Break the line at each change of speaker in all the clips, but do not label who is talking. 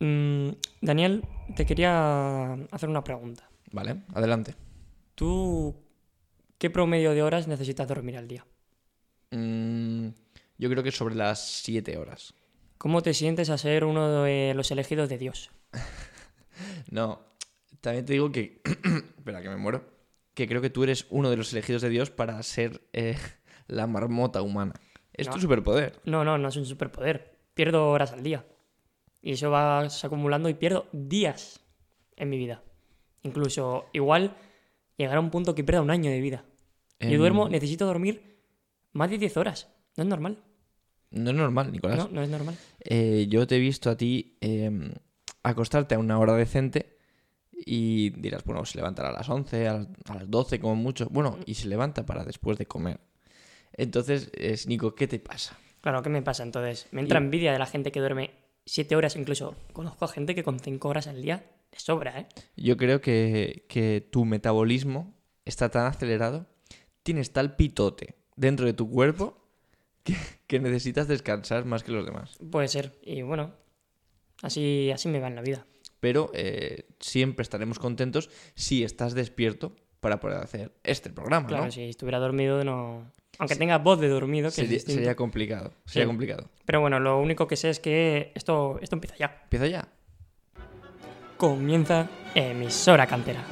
Mm, Daniel, te quería hacer una pregunta.
Vale, adelante.
¿Tú qué promedio de horas necesitas dormir al día?
Mm, yo creo que sobre las 7 horas.
¿Cómo te sientes a ser uno de los elegidos de Dios?
No, también te digo que... Espera, que me muero. Que creo que tú eres uno de los elegidos de Dios para ser eh, la marmota humana. Es tu
No.
superpoder.
No, no, no es un superpoder. Pierdo horas al día. Y eso va se acumulando y pierdo días en mi vida. Incluso igual llegará un punto que pierda un año de vida. Yo
Em,
duermo, necesito dormir más de 10 horas. No es normal.
No es normal, Nicolás.
No, no es normal.
Eh, yo te he visto a ti em, acostarte a una hora decente y dirás, bueno, se levantará a las 11, a las, a las 12 como mucho.
Mm.
Bueno, y se levanta para después de comer. Entonces, es, Nico, ¿qué te pasa?
Claro, ¿qué me pasa entonces? Me entra
Y-
envidia de la gente que duerme 7 horas. Incluso conozco a gente que con 5 horas al día le sobra, ¿eh?
Yo creo que, que tu metabolismo está tan acelerado, tienes tal pitote dentro de tu cuerpo que, que necesitas descansar más que los demás.
Puede ser. Y bueno, así, así me va en la vida.
Pero eh, siempre estaremos contentos si estás despierto para poder hacer este programa,
Claro,
¿no?
si estuviera dormido, no. Aunque tenga voz de dormido, que es
Sería,
distinto.
sería complicado. Sería
Sí.
complicado.
Pero bueno, lo único que sé es que esto, esto empieza ya.
Empieza ya.
Comienza emisora cantera.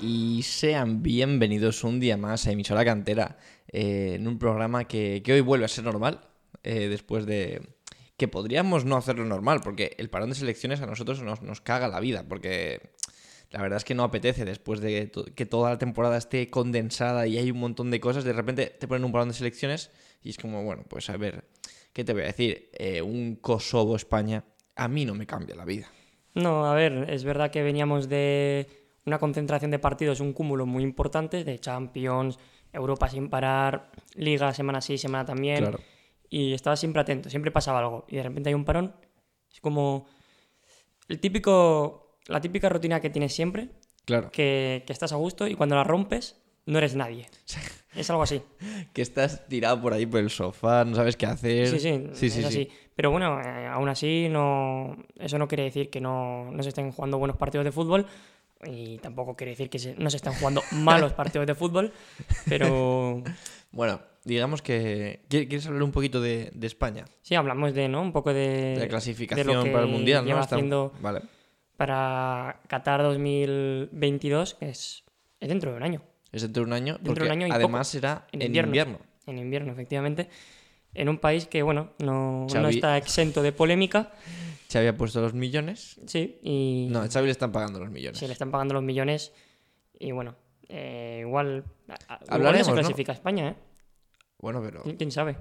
Y sean bienvenidos un día más a Emisora Cantera, eh, en un programa que, que hoy vuelve a ser normal, eh, después de que podríamos no hacerlo normal, porque el parón de selecciones a nosotros nos, nos caga la vida, porque la verdad es que no apetece después de to- que toda la temporada esté condensada y hay un montón de cosas, de repente te ponen un parón de selecciones y es como, bueno, pues a ver, ¿qué te voy a decir? Eh, un Kosovo-España a mí no me cambia la vida.
No, a ver, es verdad que veníamos de una concentración de partidos, un cúmulo muy importante de Champions, Europa sin parar, Liga semana sí, semana también.
Claro.
Y estaba siempre atento, siempre pasaba algo. Y de repente hay un parón. Es como el típico, la típica rutina que tienes siempre,
Claro.
que, que estás a gusto y cuando la rompes no eres nadie. Es algo así.
que estás tirado por ahí por el sofá, no sabes qué hacer.
Sí, sí,
sí,
es
sí, sí.
así. Pero bueno, eh, aún así, no, eso no quiere decir que no, no se estén jugando buenos partidos de fútbol y tampoco quiere decir que se- no se estén jugando malos partidos de fútbol, pero
Bueno, digamos que. ¿Qui- ¿Quieres hablar un poquito de, de España?
sí, hablamos de ¿no? un poco de,
De
Eh, de
la
lo
clasificación
que
para el mundial, ¿no?
lleva
Está-
haciendo
Vale.
para Qatar 2022, que es, es dentro de un año,
Es dentro de un año.
Dentro de un
porque
año y
además será
En
en,
invierno.
invierno.
en invierno, efectivamente, en un país que, bueno, no, no
Xavi.
está exento de polémica,
Xavi ha puesto los millones.
sí, y...
No, a Xavi le están pagando los millones.
se le están pagando los millones y bueno, eh, igual, a- a- igual no
Hablaremos,
se
¿no?
clasifica España, ¿eh?
Bueno, pero
¿Qui- ¿Quién sabe?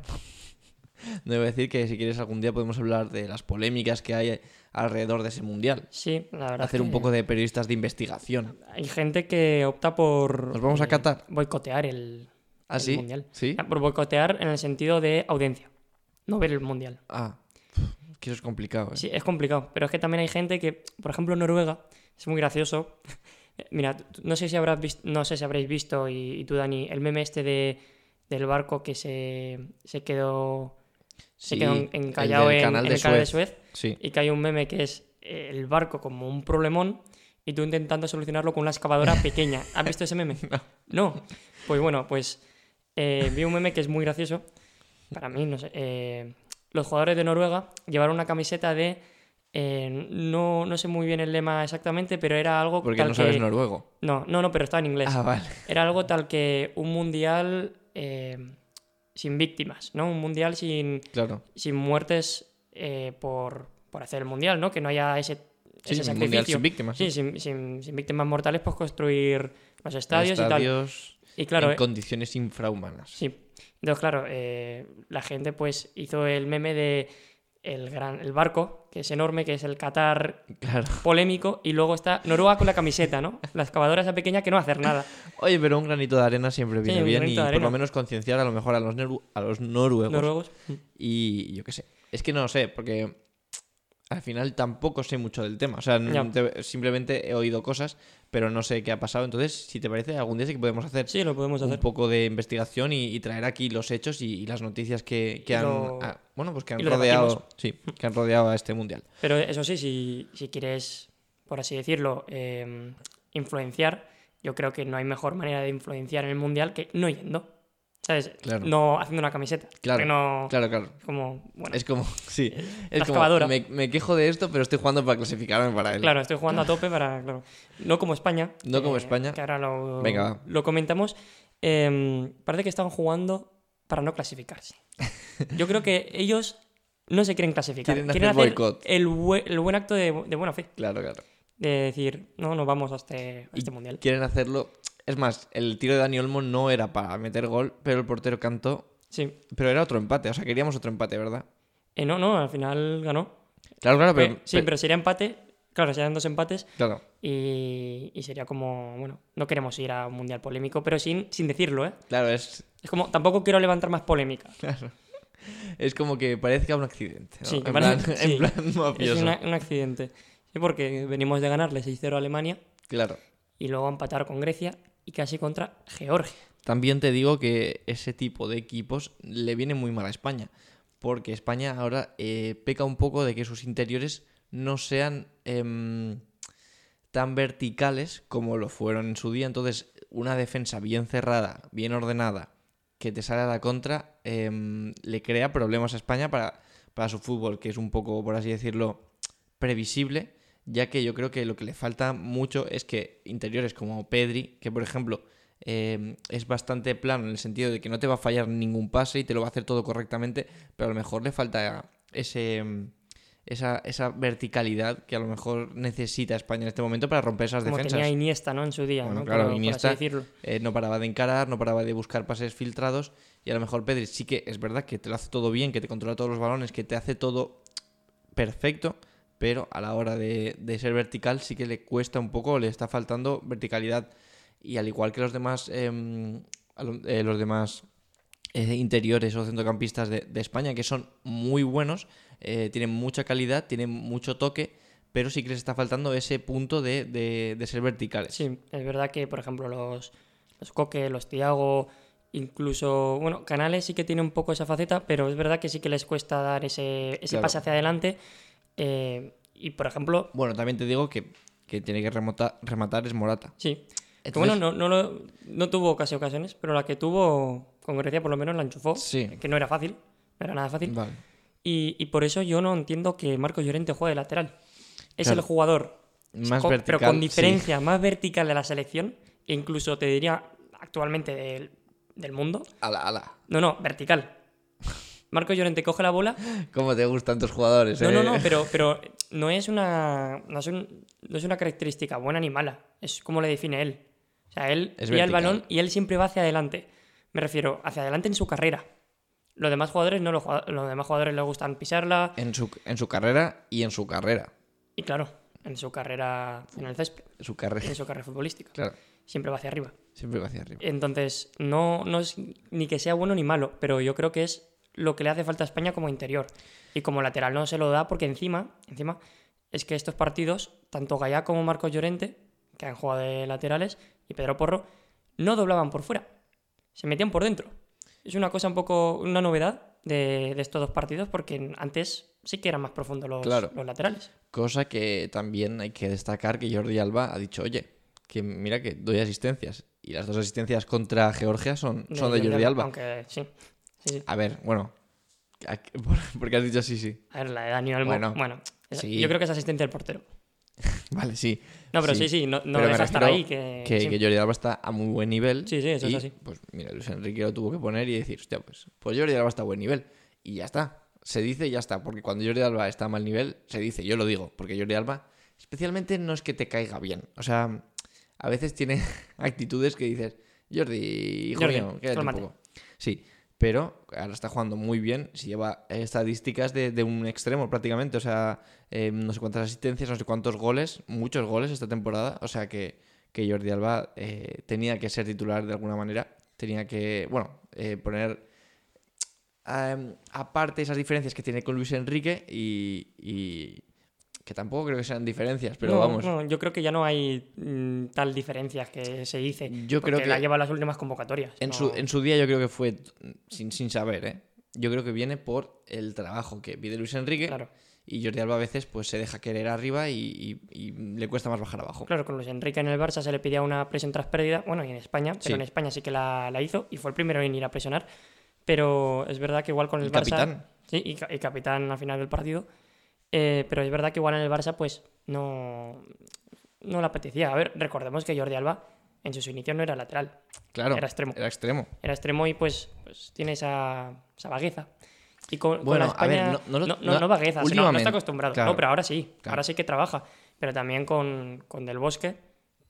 debo decir que si quieres algún día podemos hablar de las polémicas que hay alrededor de ese mundial.
Sí, la verdad.
Hacer
es
un
que
poco de periodistas de investigación.
Hay gente que opta por. eh,
Nos vamos a Qatar.
Boicotear el,
¿Ah,
el
sí?
mundial.
¿Sí?
Ah, Por boicotear en el sentido de audiencia, no ver el mundial.
Ah, pf, que eso es complicado. ¿eh?
Sí, es complicado, pero es que también hay gente que, por ejemplo, Noruega, es muy gracioso. Mira, tú- no sé si habrás visto, no sé si habréis visto, y, y tú, Dani, el meme este de, del barco que se, se quedó se
Sí,
quedó
el
encallado
del
en,
canal
en
de
el canal de
Suez.
Suez
Sí.
y que hay un meme que es eh, el barco como un problemón y tú intentando solucionarlo con una excavadora pequeña. ¿Has visto ese meme? No. Pues bueno, pues eh, vi un meme que es muy gracioso. Para mí, no sé. eh, los jugadores de Noruega llevaron una camiseta de... eh, no, no sé muy bien el lema exactamente, pero era algo
Porque
tal
no sabes
que...
noruego.
No, no, no, pero está en inglés.
Ah, vale.
Era algo tal que un mundial eh, sin víctimas, ¿no? Un mundial sin,
Claro.
sin muertes eh, por, por hacer el mundial, ¿no? Que no haya ese,
Sí,
ese
un mundial
sacrificio.
sin víctimas. ¿eh?
Sí, sin, sin- sin víctimas mortales, pues construir los estadios, y
Estadios
tal. Y claro,
en
eh,
condiciones infrahumanas.
sí. Entonces, claro, eh, la gente pues hizo el meme de el, gran, el barco que que es enorme, que es el Qatar
Claro.
polémico, y luego está Noruega con la camiseta, ¿no? La excavadora esa pequeña que no va a hacer nada.
Oye, pero un granito de arena siempre viene
un
bien
granito
y
de
por lo
arena.
menos concienciar a lo mejor a los, neru- a los noruegos.
Noruegos.
Y yo qué sé. Es que no lo sé, porque al final tampoco sé mucho del tema. O sea, n-
Ya.
te- simplemente he oído cosas, pero no sé qué ha pasado. Entonces, si te parece, algún día sí que podemos hacer
Sí, lo podemos
un
hacer.
poco de investigación y, y traer aquí los hechos y, y las noticias que, que
Y
han,
lo-
ah, bueno, pues que han
y lo
rodeado. Sí, que han rodeado a este mundial.
Pero eso sí, si, si quieres, por así decirlo, eh, influenciar, yo creo que no hay mejor manera de influenciar en el mundial que no yendo. ¿Sabes?
Claro.
No haciendo una camiseta.
Claro,
Porque no.
Claro, claro.
Como, bueno,
Es como, sí,
la
es como,
excavadora.
me, me quejo de esto, pero estoy jugando para clasificarme para él.
claro, estoy jugando a tope para. Claro, no como España. eh,
No como España.
Que ahora lo,
Venga, va.
lo comentamos. Eh, parece que estaban jugando para no clasificarse. Yo creo que ellos no se quieren clasificar.
Quieren hacer boicot.
el, bue- el buen acto de, de buena fe.
Claro, claro.
De decir, no, nos vamos a este, a este mundial.
Quieren hacerlo. Es más, el tiro de Dani Olmo no era para meter gol, pero el portero cantó.
Sí.
Pero era otro empate, o sea, queríamos otro empate, ¿verdad?
Eh, no, no, al final ganó.
Claro, claro, Ah, pero.
Eh, sí, pero sería empate. Claro, serían dos empates
Claro,
y, y sería como, bueno, no queremos ir a un mundial polémico, pero sin, sin decirlo, ¿eh?
claro, es,
Es como, tampoco quiero levantar más polémica.
es como que parezca un accidente. ¿no?
Sí, que
en,
parece-
plan,
sí.
en plan
Es
mafioso.
una- un accidente. Sí, porque venimos de ganarle 6-0 a Alemania
Claro.
y luego empatar con Grecia y casi contra Georgia.
También te digo que ese tipo de equipos le viene muy mal a España. Porque España ahora eh, peca un poco de que sus interiores no sean em, tan verticales como lo fueron en su día. Entonces, una defensa bien cerrada, bien ordenada, que te sale a la contra, em, le crea problemas a España para, para su fútbol, que es un poco, por así decirlo, previsible, ya que yo creo que lo que le falta mucho es que interiores como Pedri, que por ejemplo eh, es bastante plano en el sentido de que no te va a fallar ningún pase y te lo va a hacer todo correctamente, pero a lo mejor le falta ese, mm, esa, esa verticalidad que a lo mejor necesita España en este momento para romper esas
Como
defensas.
tenía Iniesta, ¿no? En su día,
Bueno,
¿no?
claro,
Por- por
Iniesta-
así decirlo.
Eh, no paraba de encarar, no paraba de buscar pases filtrados y a lo mejor Pedri sí que es verdad que te lo hace todo bien, que te controla todos los balones, que te hace todo perfecto, pero a la hora de, de ser vertical sí que le cuesta un poco, le está faltando verticalidad y al igual que los demás, em, a lo- eh, los demás eh, interiores o centrocampistas de, de España, que son muy buenos, eh, tienen mucha calidad, tienen mucho toque, pero sí que les está faltando ese punto de, de- de ser verticales.
Sí, es verdad que, por ejemplo, los, los Coque, los Tiago, incluso, bueno, Canales sí que tiene un poco esa faceta, pero es verdad que sí que les cuesta dar ese, ese
Claro.
pase hacia adelante. Eh, y, por ejemplo,
Bueno, también te digo que, que tiene que remota- rematar es Morata.
sí, que
Entonces,
Eh, bueno, no, no, lo- no tuvo casi ocasiones, pero la que tuvo con Grecia por lo menos la enchufó,
Sí.
que no era fácil, no era nada fácil.
Vale.
Y, y por eso yo no entiendo que Marcos Llorente juegue de lateral. Es
Claro.
el jugador
Más
co-
vertical.
pero con
sí.
diferencia más vertical de la selección, e incluso te diría actualmente del, del mundo.
Ala, ala.
No, no, vertical. Marco Llorente coge la bola.
¿Cómo te gustan tus jugadores?
No,
eh?
no, no, pero, pero no es una. No es, un- no es una característica buena ni mala. Es como le define él. O sea, él
Es
pilla el
vertical.
balón y él siempre va hacia adelante. Me refiero, hacia adelante en su carrera. Los demás jugadores no, los, jugado- los demás jugadores les gustan pisarla.
En su, en su carrera y en su carrera.
Y claro, en su carrera en el césped,
Su carrera.
en su carrera futbolística.
Claro.
Siempre va hacia arriba.
Siempre va hacia arriba.
Entonces, no, no es ni que sea bueno ni malo, pero yo creo que es lo que le hace falta a España como interior. Y como lateral no se lo da porque encima, encima es que estos partidos, tanto Gallá como Marcos Llorente, que han jugado de laterales, y Pedro Porro, no doblaban por fuera, se metían por dentro. Es una cosa un poco, una novedad de, de estos dos partidos porque antes sí que eran más profundos los,
Claro.
los laterales.
Cosa que también hay que destacar que Jordi Alba ha dicho, oye, que mira que doy asistencias. Y las dos asistencias contra Georgia son, son de Jordi Alba.
Aunque sí. sí, sí.
A ver, bueno. ¿a qué- por qué has dicho sí, sí?
A ver, la de Dani Olmo.
Bueno,
Bueno,
sí.
yo creo que es asistente del portero.
Vale, sí.
No, pero
Sí.
sí, sí, no, no
Pero me
deja estar
refiero
ahí. Que,
que,
sí.
que Jordi Alba está a muy buen nivel.
Sí, sí, eso es
y,
así.
Pues mira, Luis Enrique lo tuvo que poner y decir, hostia, pues, pues Jordi Alba está a buen nivel. Y ya está. Se dice y ya está. Porque cuando Jordi Alba está a mal nivel, se dice, yo lo digo. Porque Jordi Alba, especialmente no es que te caiga bien. O sea, a veces tiene actitudes que dices, Jordi, hijo
Jordi,
mío, quédate un
cálmate".
poco. Sí. pero ahora está jugando muy bien. Se lleva estadísticas de, de un extremo prácticamente. O sea, eh, no sé cuántas asistencias, no sé cuántos goles, muchos goles esta temporada. O sea que, que Jordi Alba eh, tenía que ser titular de alguna manera. Tenía que, bueno, eh, poner em, aparte esas diferencias que tiene con Luis Enrique y, y que tampoco creo que sean diferencias, pero
No,
vamos.
no, yo creo que ya no hay mm, tal diferencia que se dice.
Yo creo
porque
que-
la lleva a las últimas convocatorias.
En,
no-
su, en su día yo creo que fue, t- sin, sin saber, ¿eh? yo creo que viene por el trabajo que pide Luis Enrique
Claro,
y Jordi Alba a veces pues se deja querer arriba y, y- y le cuesta más bajar abajo.
claro, con Luis Enrique en el Barça se le pedía una presión tras pérdida. Bueno, y en España,
Sí.
pero en España sí que la, la hizo y fue el primero en ir a presionar. Pero es verdad que igual con el
Y
Barça.
capitán.
Sí, y, ca- y capitán al final del partido. Eh, pero es verdad que igual en el Barça, pues no, no le apetecía. A ver, recordemos que Jordi Alba en sus inicios no era lateral,
Claro,
era extremo.
Era extremo.
era extremo y pues, pues tiene esa, esa vagueza. Y con, con
Bueno,
la
a ver,
España-
no- no lo- no-
no vagueza, sino no,
últimamente,
está acostumbrado.
claro.
no, pero ahora sí,
Claro.
ahora sí que trabaja. Pero también con, con Del Bosque,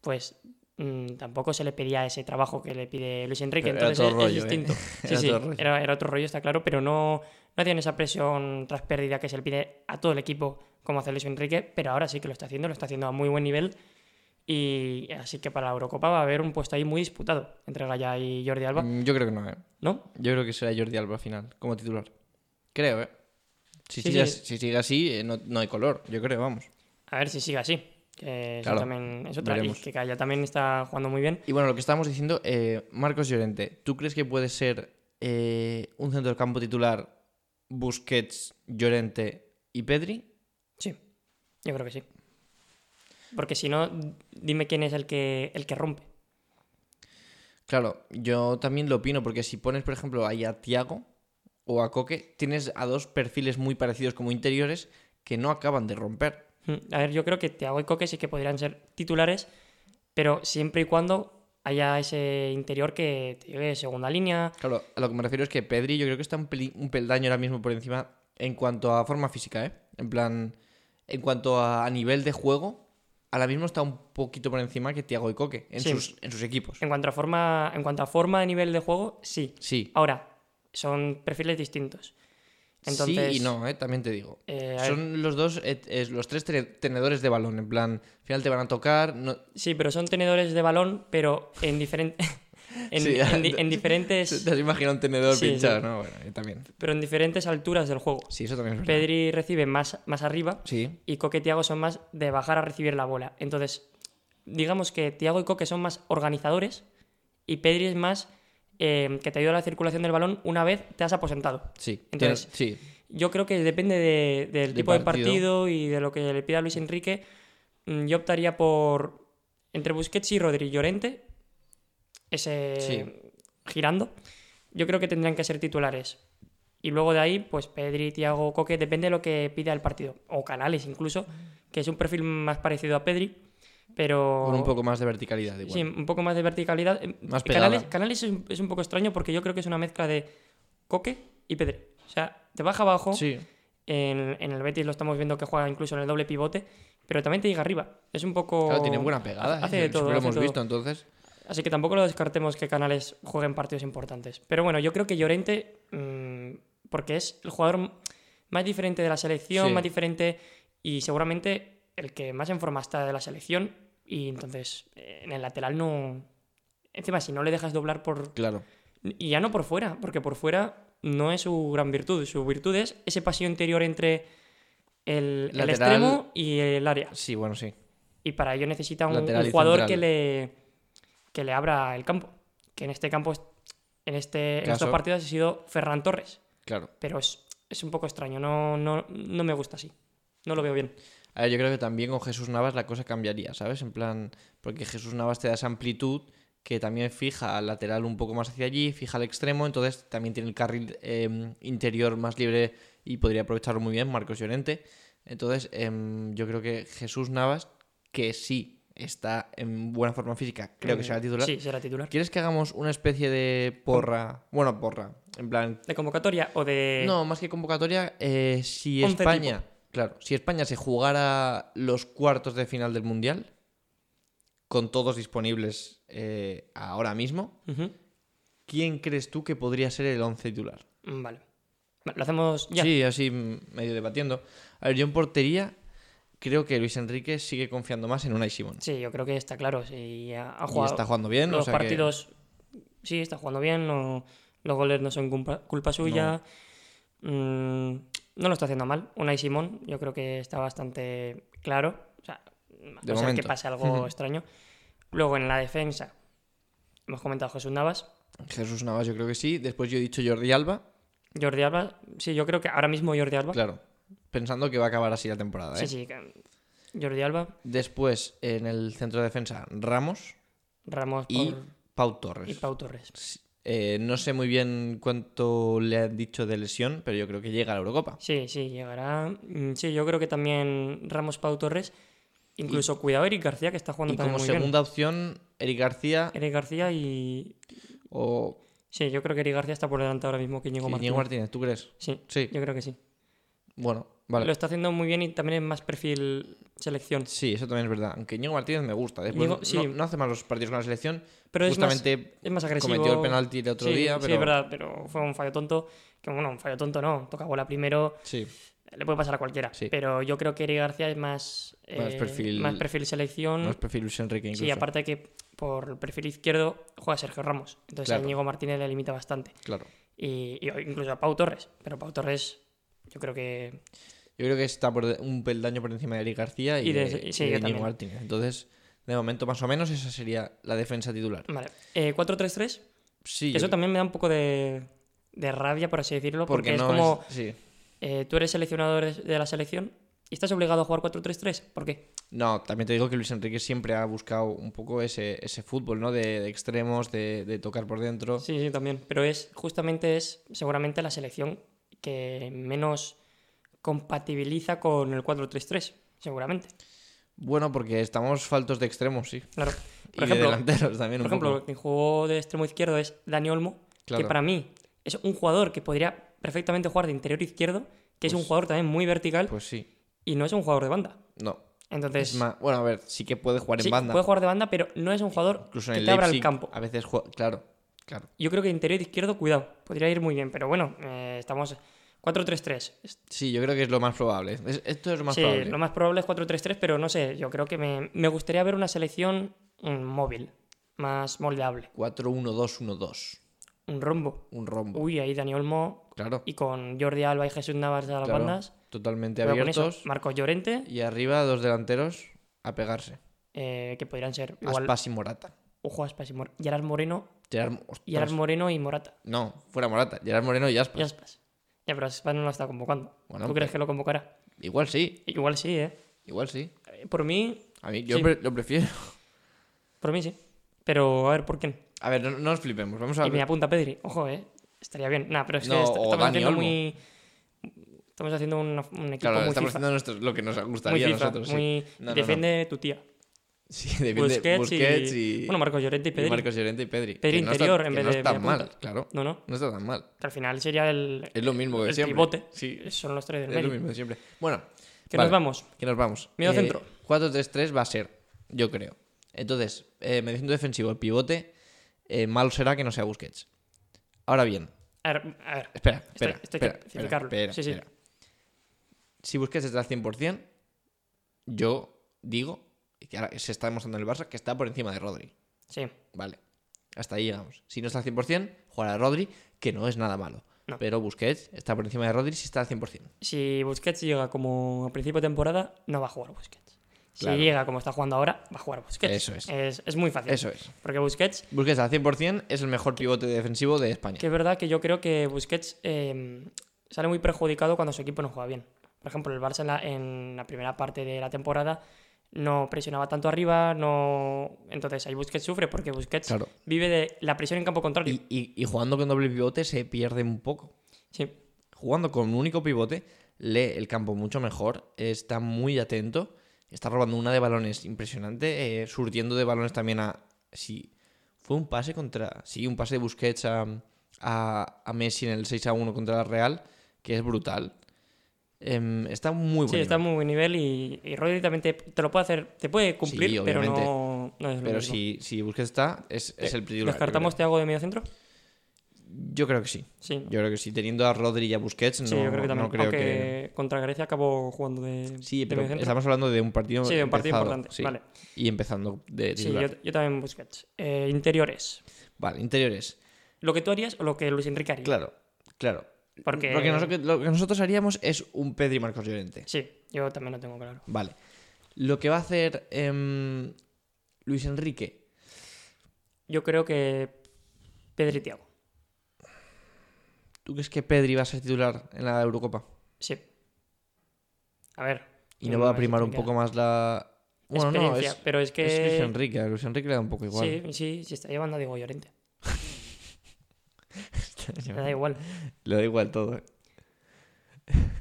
pues mm, tampoco se le pedía ese trabajo que le pide Luis Enrique.
Pero era
entonces
otro
es, es
rollo, ¿eh?
distinto. Sí,
Era
sí,
otro rollo.
Era, era otro rollo, está claro, pero no, no tiene esa presión tras pérdida que se le pide a todo el equipo como hace Luis Enrique, pero ahora sí que lo está haciendo, lo está haciendo a muy buen nivel. Y así que para la Eurocopa va a haber un puesto ahí muy disputado entre Gaya y Jordi Alba,
Mm, Yo creo que no, ¿eh?
¿no?
Yo creo que será Jordi Alba al final, como titular. Creo, ¿eh? Si,
Sí,
sigue,
sí.
si sigue así, eh, no, no hay color, yo creo, vamos.
A ver si sigue así. Que
Claro,
eso también es otra.
veremos.
Y que Kaya también está jugando muy bien.
Y bueno, lo que estábamos diciendo, eh, Marcos Llorente, ¿tú crees que puede ser eh, un centrocampo titular Busquets, Llorente y Pedri?
Sí, yo creo que sí. Porque si no, dime quién es el que, el que rompe.
Claro, yo también lo opino, porque si pones, por ejemplo, ahí a Tiago o a Coque, tienes a dos perfiles muy parecidos como interiores que no acaban de romper.
Mm, A ver, yo creo que Thiago y Coque sí que podrían ser titulares, pero siempre y cuando haya ese interior que te lleve segunda línea.
Claro, a lo que me refiero es que Pedri yo creo que está un, peli- un peldaño ahora mismo por encima en cuanto a forma física, ¿eh? En plan, en cuanto a, a nivel de juego, ahora mismo está un poquito por encima que Tiago y Coque en,
Sí.
sus, en sus equipos.
En cuanto a forma, en cuanto a forma de nivel de juego, sí.
Sí,
Ahora, son perfiles distintos. Entonces,
sí y no, ¿eh? también te digo.
eh, a ver,
Son los dos, eh, eh, los tres tre- tenedores de balón, en plan, al final te van a tocar, no,
Sí, pero son tenedores de balón, pero en diferentes. en,
Sí,
en di-
ya.
en
Te
diferentes.
te has imaginado un tenedor
Sí,
pinchado,
sí.
¿no? Bueno, yo también.
Pero en diferentes alturas del juego.
Sí, eso también es verdad.
Pedri recibe más, más arriba
Sí,
y Coque y Tiago son más de bajar a recibir la bola. Entonces, digamos que Tiago y Coque son más organizadores y Pedri es más eh, que te ayuda a la circulación del balón una vez te has aposentado.
sí.
Entonces,
Tienes- sí.
Yo creo que depende de- del
Del
tipo de
partido.
partido y de lo que le pida Luis Enrique. Mm, Yo optaría por entre Busquets y Rodri Llorente, ese
Sí.
girando. Yo creo que tendrían que ser titulares. Y luego de ahí, pues Pedri, Tiago, Coque, depende de lo que pida el partido. O Canales incluso, que es un perfil más parecido a Pedri, pero...
Con un poco más de verticalidad, igual.
Sí, un poco más de verticalidad. Eh,
Más pegada.
Canales, Canales es, un, es un poco extraño porque yo creo que es una mezcla de Coque y Pedri. O sea, te baja abajo,
Sí.
en, en el Betis lo estamos viendo que juega incluso en el doble pivote, pero también te llega arriba. Es un poco.
Claro, tiene buena pegada.
Hace,
¿eh?
hace de todo.
Siempre lo
hace
hemos
todo.
visto, entonces.
Así que tampoco lo descartemos que Canales juegue en partidos importantes. Pero bueno, yo creo que Llorente, mm, porque es el jugador m- más diferente de la selección,
Sí.
más diferente y seguramente el que más en forma está de la selección. Y entonces eh, en el lateral no. Encima, si no le dejas doblar por.
Claro.
Y ya no por fuera, porque por fuera no es su gran virtud. Su virtud es ese pasillo interior entre el, el
Lateral.
extremo y el área.
Sí, bueno, sí.
Y para ello necesita un, un
Lateral y
jugador
central.
que le, que le abra el campo. Que en este campo, es- en, este, en
Caso.
estos partidos ha sido Ferran Torres.
Claro.
Pero es, es un poco extraño, no, no, no me gusta así. No lo veo bien.
A ver, yo creo que también con Jesús Navas la cosa cambiaría, ¿sabes? En plan, porque Jesús Navas te da esa amplitud que también fija al lateral un poco más hacia allí, fija al extremo, entonces también tiene el carril eh, interior más libre y podría aprovecharlo muy bien Marcos Llorente. Entonces, em, yo creo que Jesús Navas, que sí está en buena forma física, creo que
Mm,
será titular.
Sí, será titular.
¿Quieres que hagamos una especie de porra? Bueno, porra. En plan,
¿De convocatoria o de.?
no, más que convocatoria, eh, si
Once
España, claro, si España se jugara los cuartos de final del Mundial, con todos disponibles eh, ahora mismo,
Ujú.
¿quién crees tú que podría ser el 11 titular?
Mm, Vale. Vale, Lo hacemos ya.
Sí, así mm, medio debatiendo. A ver, yo en portería creo que Luis Enrique sigue confiando más en Unai Simón.
Sí, yo creo que está claro. Sí, ha ha
Y
jugado
está jugando bien,
los
¿eh? o sea que-
partidos. Sí, está jugando bien. no- los goles no son culpa, culpa suya. Mm, no lo está haciendo mal. Unai Simón, yo creo que está bastante claro. O sea, a
De
no ser que
momento.
pase algo extraño. Luego en la defensa, hemos comentado a Jesús Navas.
Jesús Navas yo creo que sí. Después yo he dicho Jordi Alba,
Jordi Alba, sí, yo creo que ahora mismo Jordi Alba.
claro, pensando que va a acabar así la temporada. ¿eh?
Sí, sí. que- Jordi Alba,
Después en el centro de defensa Ramos
Ramos
y pues,
por-
Pau Torres.
y Pau Torres.
Eh, no sé muy bien cuánto le han dicho de lesión, pero yo creo que llega a la Eurocopa.
Sí, sí, llegará. Mm, Sí, yo creo que también Ramos Pau Torres. Incluso cuidado Eric García, que está jugando
Y
también
como
muy Eh,
segunda opción, Eric García
bien. Eric García y.
o
Sí, yo creo que Eric García está por delante ahora mismo que Íñigo Martínez.
Diego Martínez, ¿tú crees?
Sí,
Sí,
yo creo que sí.
bueno, vale.
Lo está haciendo muy bien y también es más perfil selección.
Sí, eso también es verdad. Aunque Íñigo Martínez me gusta. Después
Íñigo-
no,
sí.
no hace malos partidos con la selección.
Pero es más-
Justamente
es más agresivo.
cometió el penalti el otro
Sí,
día,
Sí,
pero...
es verdad, pero fue un fallo tonto. Que bueno, un fallo tonto no. Toca bola primero,
Sí.
le puede pasar a cualquiera.
Sí.
Pero yo creo que Eric García es más. eh,
Más perfil-
Más perfil selección.
No es perfil Luis Enrique incluso.
Mm. Sí, aparte que por el perfil izquierdo juega Sergio Ramos. Entonces
Claro.
a Íñigo Martínez le limita bastante.
Claro.
Y, y incluso a Pau Torres. Pero Pau Torres, yo creo que.
Yo creo que está por de- un peldaño por encima de Eric García y,
Y de-
de,
sí,
y de
yo
Íñigo
también.
Martínez. Entonces, de momento más o menos esa sería la defensa titular.
Vale. Eh, 4-3-3.
Sí,
Eso
yo-
también me da un poco de, de rabia, por así decirlo. Porque,
porque, no
es como.
es- sí.
eh, tú eres seleccionador de- de la selección y estás obligado a jugar 4-3-3. ¿Por qué?
No, también te digo que Luis Enrique siempre ha buscado un poco ese, ese fútbol, ¿no? De, de extremos, de, de tocar por dentro.
Sí, sí, también. Pero es justamente es seguramente la selección que menos compatibiliza con el 4-3-3. Seguramente.
Bueno, porque estamos faltos de extremos, sí.
Claro.
y de delanteros también
Por
un poco.
ejemplo, quien jugó de extremo izquierdo es Dani Olmo,
Claro.
que para mí es un jugador que podría perfectamente jugar de interior izquierdo, que es un jugador también muy vertical
Pues sí.
y no es un jugador de banda.
No.
Entonces,
Es más- bueno, a ver, sí que puede jugar
sí,
en banda.
puede jugar de banda, pero no es un jugador
Incluso en
que
el
te abra el
Leipzig,
campo.
A veces juega. Claro, claro.
Yo creo que interior izquierdo, cuidado, podría ir muy bien, pero bueno, eh, estamos 4-3-3. Es-
Sí, yo creo que es lo más probable. Es- esto es lo más
sí,
probable.
lo más probable es 4-3-3, pero no sé, yo creo que me, me gustaría ver una selección mm, móvil, más moldeable,
4-1-2-1-2.
un rombo.
Un rombo.
Uy, ahí Dani Olmo
claro.
y con Jordi Alba y Jesús Navas a las
claro,
bandas.
Totalmente
Cuidado con eso.
abiertos.
Marcos Llorente,
Y arriba dos delanteros a pegarse.
eh, que podrían ser igual
Aspas y Morata.
Ojo Aspas y Mor- Gerard Moreno,
Gerard- ostras,
Gerard Moreno y Morata.
no, fuera Morata. Gerard Moreno y Aspas.
Y Aspas. Ya, pero Aspas no lo está convocando.
Bueno, eh.
¿Tú
pero-
crees que lo convocará?
Igual sí,
Igual sí, ¿eh?
igual sí.
Eh, Por mí,
A mí yo
Sí.
pre- lo prefiero.
por mí sí. Pero a ver, ¿por quién?
A ver, no, no nos flipemos. Vamos a
Y me
ver.
apunta Pedri. Ojo, ¿eh? Estaría bien. Nah, pero es que
No,
est-
o
estamos
Dani
haciendo
Olmo.
muy... Estamos haciendo una- un equipo
Claro,
muy
estamos
FIFA.
haciendo nuestro- lo que nos
muy
gustaría a
FIFA,
nosotros. sí.
muy-
No, no,
Defiende tu tía.
no. Sí, depende.
Busquets,
Busquets,
y...
y,
Bueno, Marcos Llorente y
y
Pedri.
Marcos Llorente y Pedri.
Pedri
Que no
interior
está,
en
que
vez
no
de
está
media
mal,
punta.
claro.
No, no.
No está tan mal.
Que al final sería el,
Es lo mismo que
el
siempre.
pivote.
Sí,
Son los tres del
es lo
medio.
mismo de siempre. Bueno,
Que
vale,
nos vamos.
Que nos vamos. Eh,
Medio centro.
4-3-3 va a ser, yo creo. Entonces, eh, medio centro defensivo, el pivote, eh, malo será que no sea Busquets. Ahora bien,
A ver, a ver.
espera,
Esto- esto
espera,
hay que
espera, espera,
especificarlo.
espera,
Sí, sí.
espera. Si Busquets está al 100%, yo digo, y que ahora se está demostrando en el Barça, que está por encima de Rodri.
Sí.
Vale. Hasta ahí llegamos. Si no está al 100%, jugará Rodri, que no es nada malo.
No.
Pero Busquets está por encima de Rodri si está al 100%.
Si Busquets llega como a principio de temporada, no va a jugar Busquets. Si
Claro.
llega como está jugando ahora, va a jugar Busquets.
Eso es.
Es, es muy fácil.
Eso es.
Porque Busquets,
Busquets al 100% es el mejor pivote defensivo de España.
que es verdad que yo creo que Busquets eh, sale muy perjudicado cuando su equipo no juega bien. Por ejemplo, el Barça en la, en la primera parte de la temporada no presionaba tanto arriba, no... Entonces ahí Busquets sufre porque Busquets
Claro.
vive de la presión en campo contrario.
Y, y- y jugando con doble pivote se pierde un poco.
Sí.
Jugando con un único pivote lee el campo mucho mejor, está muy atento, está robando una de balones impresionante, eh, surtiendo de balones también a... Sí, fue un pase contra... Sí, un pase de Busquets a, a- a Messi en el 6 a 1 contra la Real, que es brutal. Em, está muy bueno.
Sí, está a muy buen nivel y, y Rodri también te, te lo puede hacer, te puede cumplir,
Sí,
pero
obviamente.
no, no es lo
Pero
mismo.
si, si Busquets está, es, es el titular. yo
¿Descartamos Thiago de medio centro?
creo. Yo creo que sí.
Sí.
Yo creo que sí. Teniendo a Rodri y a Busquets, no,
Sí, yo creo que también.
no creo
Aunque
que.
contra Grecia acabó jugando de.
Sí,
de
pero
mediocentro.
estamos hablando de un partido
Sí, de un partido
empezado,
importante.
sí,
Vale.
Y empezando de
Sí,
titular.
yo, yo también Busquets. Eh, interiores.
Vale, interiores.
¿Lo que tú harías o lo que Luis Enrique haría?
Claro, claro.
Porque-
Lo, que nosotros, lo que nosotros haríamos es un Pedri Marcos Llorente.
Sí, yo también lo tengo claro.
Vale. Lo que va a hacer em, Luis Enrique.
Yo creo que Pedri y Thiago.
¿Tú crees que Pedri va a ser titular en la Eurocopa?
Sí. A ver.
¿Y no va a
me
primar un
explica.
poco más la. Bueno, no,
Mm, Experiencia,
es,
pero es que.
es Luis Enrique. A Luis Enrique le da un poco igual.
Sí, sí, se está llevando a Diego Llorente. Me da igual.
Le da igual todo. ¿eh?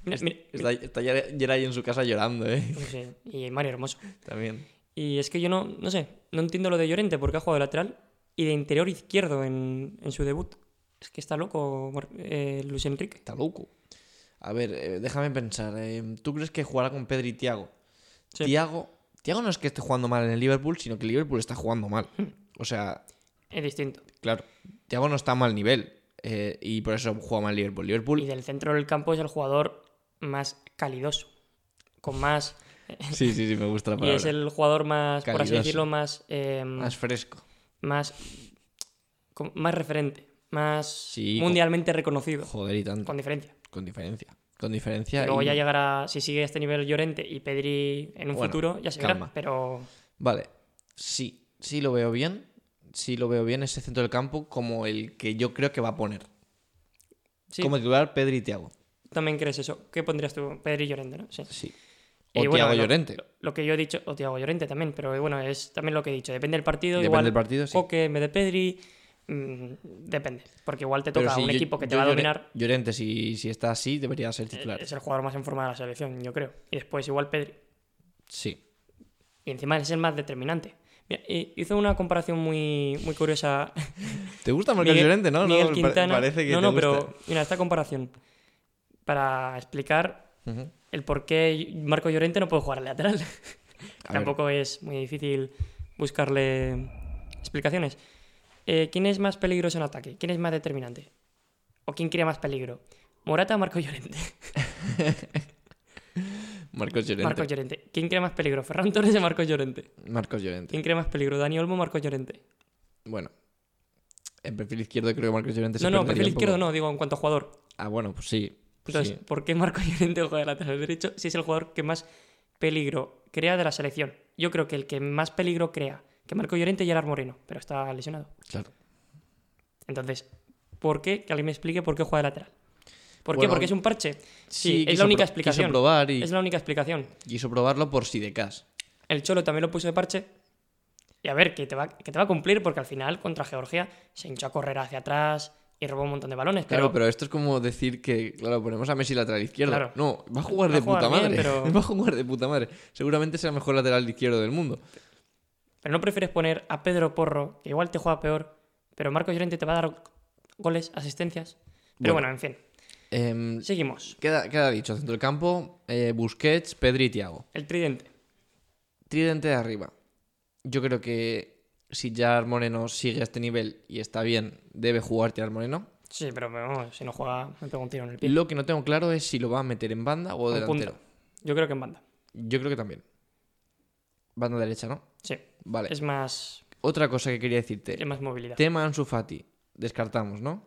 Mira, mira,
Está, está Ger- Gerard ahí en su casa llorando, ¿eh?
no sé, y Mario Hermoso.
También.
Y es que yo no, no sé, no entiendo lo de Llorente porque ha jugado de lateral y de interior izquierdo en, en su debut. Es que está loco eh, Luis Enrique.
Está loco. A ver, eh, déjame pensar. eh, ¿Tú crees que jugará con Pedri y Tiago?
Sí.
Tiago. Tiago no es que esté jugando mal en el Liverpool, sino que el Liverpool está jugando mal. O sea,
Es distinto.
claro, Tiago no está a mal nivel. eh, y por eso juega mal Liverpool. Liverpool.
Y del centro del campo es el jugador más calidoso. Con más.
Sí, sí, sí, me gusta la
Y
palabra.
es el jugador más, por así
Calidoso.
decirlo, más. eh,
Más fresco.
más, con- más referente, más
Sí, con-
mundialmente reconocido,
Joder, y tanto.
con diferencia.
Con diferencia. Con diferencia.
Luego
y-
ya llegará, si sigue a este nivel Llorente y Pedri en un
Bueno,
futuro, ya se verá,
calma.
pero
Vale, sí, sí lo veo bien. Sí lo veo bien ese centro del campo como el que yo creo que va a poner.
sí,
Como titular, Pedri y Tiago.
también crees eso. ¿Qué pondrías tú? Pedri y Llorente, ¿no? Sí.
Sí. O
Y
Tiago
bueno, lo-
Llorente.
Lo que yo he dicho, o Tiago Llorente también, pero bueno, es también lo que he dicho. Depende del partido,
Depende
igual
del partido, sí.
Coque en vez de Pedri, mm, depende. Porque igual te
Pero
toca
sí,
un
yo-
equipo que te
yo
va a
Llore-
dominar. Eh,
Llorente, si, si está así, debería ser titular.
Es el jugador más en forma de la selección, yo creo. Y después igual Pedri.
Sí.
Y encima es el más determinante. Mira, eh, hizo una comparación muy, muy curiosa.
¿Te gusta Marcos
Miguel-
Llorente, no?
Miguel
no, pa-
Quintana.
parece que
no,
te
no,
gusta.
pero mira, esta comparación. Para explicar
Ujú.
el por qué Marco Llorente no puede jugar al lateral.
A
Tampoco es muy difícil buscarle explicaciones. Eh, ¿Quién es más peligroso en ataque? ¿Quién es más determinante? ¿O quién crea más peligro? ¿Morata o Marco Llorente?
ver, Marcos Llorente.
Marco Llorente. ¿Quién crea más peligro? ¿Ferran Torres o Marco Llorente?
Marcos Llorente.
¿Quién crea más peligro? ¿Dani Olmo o Marco Llorente?
Bueno. En perfil izquierdo creo que Marcos Llorente se
No, no,
perdería
perfil
un poco.
izquierdo no, digo en cuanto a jugador.
Ah, bueno, pues sí. pues
Entonces,
sí.
¿por qué Marco Llorente juega de lateral derecho si es el jugador que más peligro crea de la selección? Yo creo que el que más peligro crea, que Marco Llorente y Gerard Moreno, pero está lesionado.
Claro.
Entonces, ¿por qué? Que alguien me explique por qué juega de lateral. ¿Por qué?
Bueno,
Porque es un parche. Sí, es
quiso
la única
pro-
explicación.
Quiso probar y
Es la única explicación.
quiso probarlo por si de cas.
El Cholo también lo puso de parche. Y a ver, que te va, que te va a cumplir porque al final contra Georgia se hinchó a correr hacia atrás y robó un montón de balones.
Claro,
pero
pero esto es como decir que, claro, ponemos a Messi lateral izquierdo.
Claro.
No, va a jugar
Va a
de
jugar
puta
bien,
madre.
pero-
Va a jugar de puta madre. Seguramente sea el mejor lateral izquierdo del mundo.
Pero no prefieres poner a Pedro Porro, que igual te juega peor, pero Marco Llorente te va a dar goles, asistencias. Pero bueno,
Bueno.
en fin.
Em,
Seguimos.
queda, queda dicho, centro del campo, eh, Busquets, Pedri y Tiago.
El tridente.
Tridente de arriba. Yo creo que si Gerard Moreno sigue a este nivel y está bien, debe jugar Gerard Moreno.
Sí, pero vamos, si no juega, me pego un tiro en el pie.
Lo que no tengo claro es si lo va a meter en banda o
O en
delantero.
punta. Yo creo que en banda.
Yo creo que también. Banda derecha, ¿no?
Sí.
Vale.
Es más,
Otra cosa que quería decirte.
es más movilidad.
Tema Ansu Fati. Descartamos, ¿no?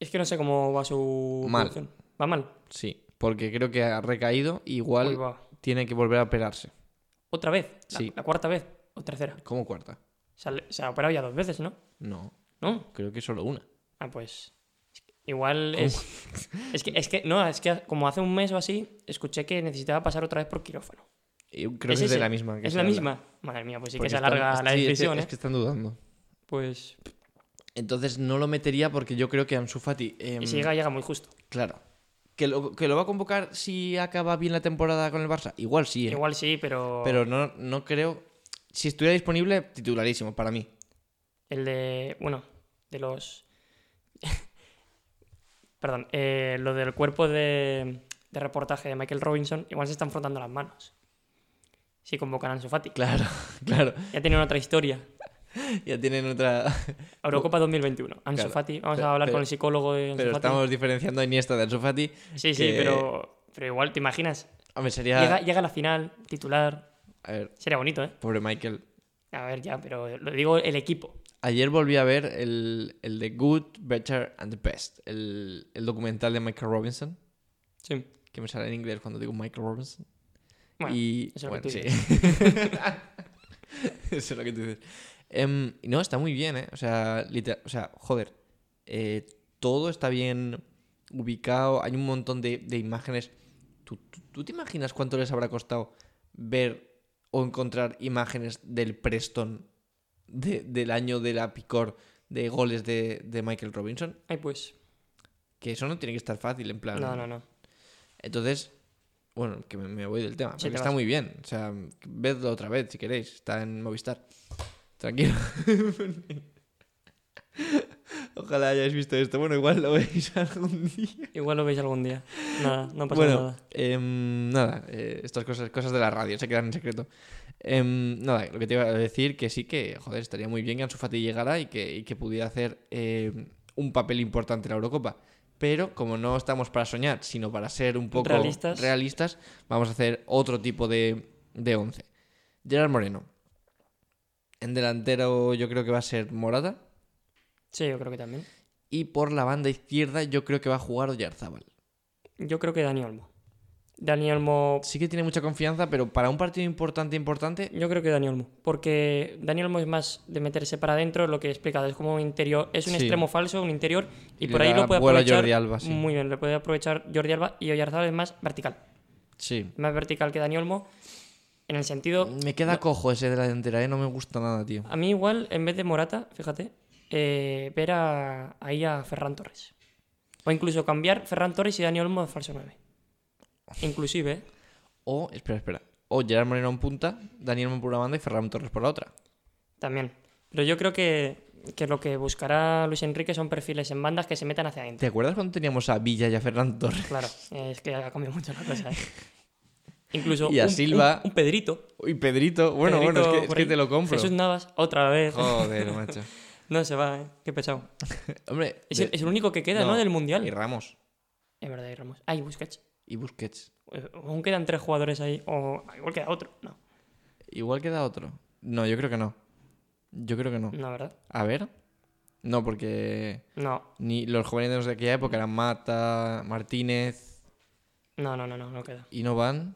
Es que no sé cómo va su
Mal.
producción. Va mal.
Sí, porque creo que ha recaído.
Uy,
Igual
va.
tiene que volver a operarse.
Otra vez. La,
Sí.
la cuarta vez. O tercera.
¿Cómo cuarta?
Se ha, se ha operado ya dos veces, ¿no?
No,
¿No?
creo que solo una.
Ah, pues. es que Igual es. Es que, es que, no, es que como hace un mes o así, escuché que necesitaba pasar otra vez por quirófano.
Y creo
¿Es
que es de
ese?
la misma. que
¿Es
se
la
habla.
misma? Madre mía, pues sí
Porque
que se
están-
alarga la
sí, es que-
decisión, ¿eh?
Es, que están dudando.
Pues.
Entonces no lo metería porque yo creo que Ansu Fati. em,
Y si llega, llega muy justo.
Claro. ¿Que lo, ¿Que lo va a convocar si acaba bien la temporada con el Barça? Igual sí, eh.
Igual sí, pero.
Pero no, no creo. Si estuviera disponible, titularísimo para mí.
El de. Bueno, de los. Perdón, eh, lo del cuerpo de, de reportaje de Michael Robinson, igual se están frotando las manos. Si convocan a Ansu Fati.
Claro, claro.
Ya tienen otra historia.
ya tienen otra.
Eurocopa 2021. Ansu
Claro.
Fati, vamos
Pero-
a hablar
pero-
con el psicólogo de Ansu
Pero
Fati.
estamos diferenciando a Iniesta de Ansu Fati.
Sí, sí,
que-
pero, pero igual, ¿te imaginas?
Hombre, sería.
Llega, llega a la final, titular.
A ver,
Sería bonito, ¿eh?
pobre Michael.
A ver, ya, pero lo digo el equipo.
Ayer volví a ver el, el de Good, Better and the Best, el, el documental de Michael Robinson,
Sí.
que me sale en inglés cuando digo Michael Robinson.
Bueno,
y,
eso es lo que
bueno,
tú
sí. eso es lo que tú dices. Em, no, está muy bien, ¿eh? O sea, literal, o sea joder, eh, todo está bien ubicado, hay un montón de, de imágenes. ¿Tú, tú, tú te imaginas cuánto les habrá costado ver o encontrar imágenes del Preston de- del año de la picor de goles de, de Michael Robinson?
Ay, pues.
Que eso no tiene que estar fácil, en plan...
No, no, no.
Entonces, bueno, que me, me voy del tema.
Sí,
porque
te
está
vas.
muy bien. O sea, vedlo otra vez si queréis. Está en Movistar. Tranquilo. Ojalá hayáis visto esto. Bueno, igual lo veis algún día.
Igual lo veis algún día. Nada, no pasa
bueno,
nada.
em, nada. eh, estas cosas, cosas de la radio se quedan en secreto. Em, nada, lo que te iba a decir que sí que, joder, estaría muy bien que Ansu Fati llegara y que, y que pudiera hacer em, un papel importante en la Eurocopa. Pero como no estamos para soñar, sino para ser un poco
Realistas.
realistas, vamos a hacer otro tipo de, de once. Gerard Moreno. En delantero yo creo que va a ser Morata.
Sí, yo creo que también.
Y por la banda izquierda yo creo que va a jugar Oyarzábal.
Yo creo que Dani Olmo. Dani Olmo.
Sí que tiene mucha confianza, pero para un partido importante, importante,
Yo creo que Dani Olmo. Porque Dani Olmo es más de meterse para adentro, lo que he explicado. Es como un interior. Es un
Sí.
extremo falso, un interior. Y,
Y le
por ahí
da
lo puede
vuelo a
aprovechar.
Jordi Alba, sí.
Muy bien, lo puede aprovechar Jordi Alba. Y Oyarzabal es más vertical.
sí.
Más vertical que Dani Olmo. En el sentido.
Me queda cojo ese de la delantera, ¿eh? no me gusta nada, tío.
A mí, igual, en vez de Morata, fíjate, eh, ver a, ahí a Ferran Torres. O incluso cambiar Ferran Torres y Dani Olmo de falso 9. Inclusive, ¿eh?
O, espera, espera. O Gerard Moreno en punta, Daniel Mon por una banda y Ferran Torres por la otra.
También. Pero yo creo que, que lo que buscará Luis Enrique son perfiles en bandas que se metan hacia
¿Te
adentro.
acuerdas cuando teníamos a Villa y a Ferran Torres?
Claro, es que ha cambiado mucho la cosa. ¿eh? Incluso
Y a
un,
Silva.
un- un Pedrito.
Uy, Pedrito. Bueno, bueno, es
Pedrito
que, es
por
que
ahí.
te lo compro.
Jesús Navas, otra vez.
Joder, macho.
No se va, ¿eh? Qué pesado.
Hombre,
Es,
de-
el, es el único que queda, ¿no?
no,
Del
y
Mundial.
Ramos
Es verdad, y Ramos. Ah, y Busquets.
y Busquets.
Eh, Aún quedan tres jugadores ahí. O igual queda otro. No,
Igual queda otro. No, yo creo que no. Yo creo que no.
no, ¿verdad?
A ver. No, porque
No,
ni los jóvenes de aquella época eran Mata, Martínez
no, no, no, no, no queda.
y no van.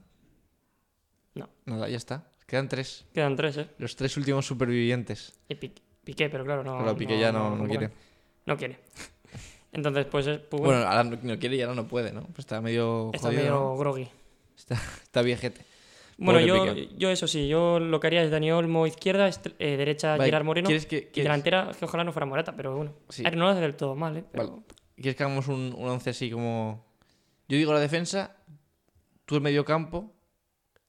No.
Nada, ya está. Quedan tres.
Quedan tres, ¿eh?
Los tres últimos supervivientes.
Y Pi- Piqué, pero claro, Ah, no.
Claro, Piqué ya no, no
ocupan.
quiere.
No quiere. Entonces, pues, es- pues bueno,
Bueno, ahora no, no quiere y ahora no puede, ¿no? Pues está medio
está
jodido,
medio
¿no?
groggy.
Está viejete.
Bueno,
Pobre
yo,
Piqué.
yo eso sí, yo lo que haría es Dani Olmo izquierda, est- eh, derecha
Vale,
Gerard Moreno
¿Quieres que,
y
quieres-
delantera que ojalá no fuera Morata, pero bueno.
Sí.
A ver, no lo hace del todo mal, ¿eh? Pero-
Vale. ¿Quieres que hagamos un, un once así como... Yo digo la defensa, tú el medio campo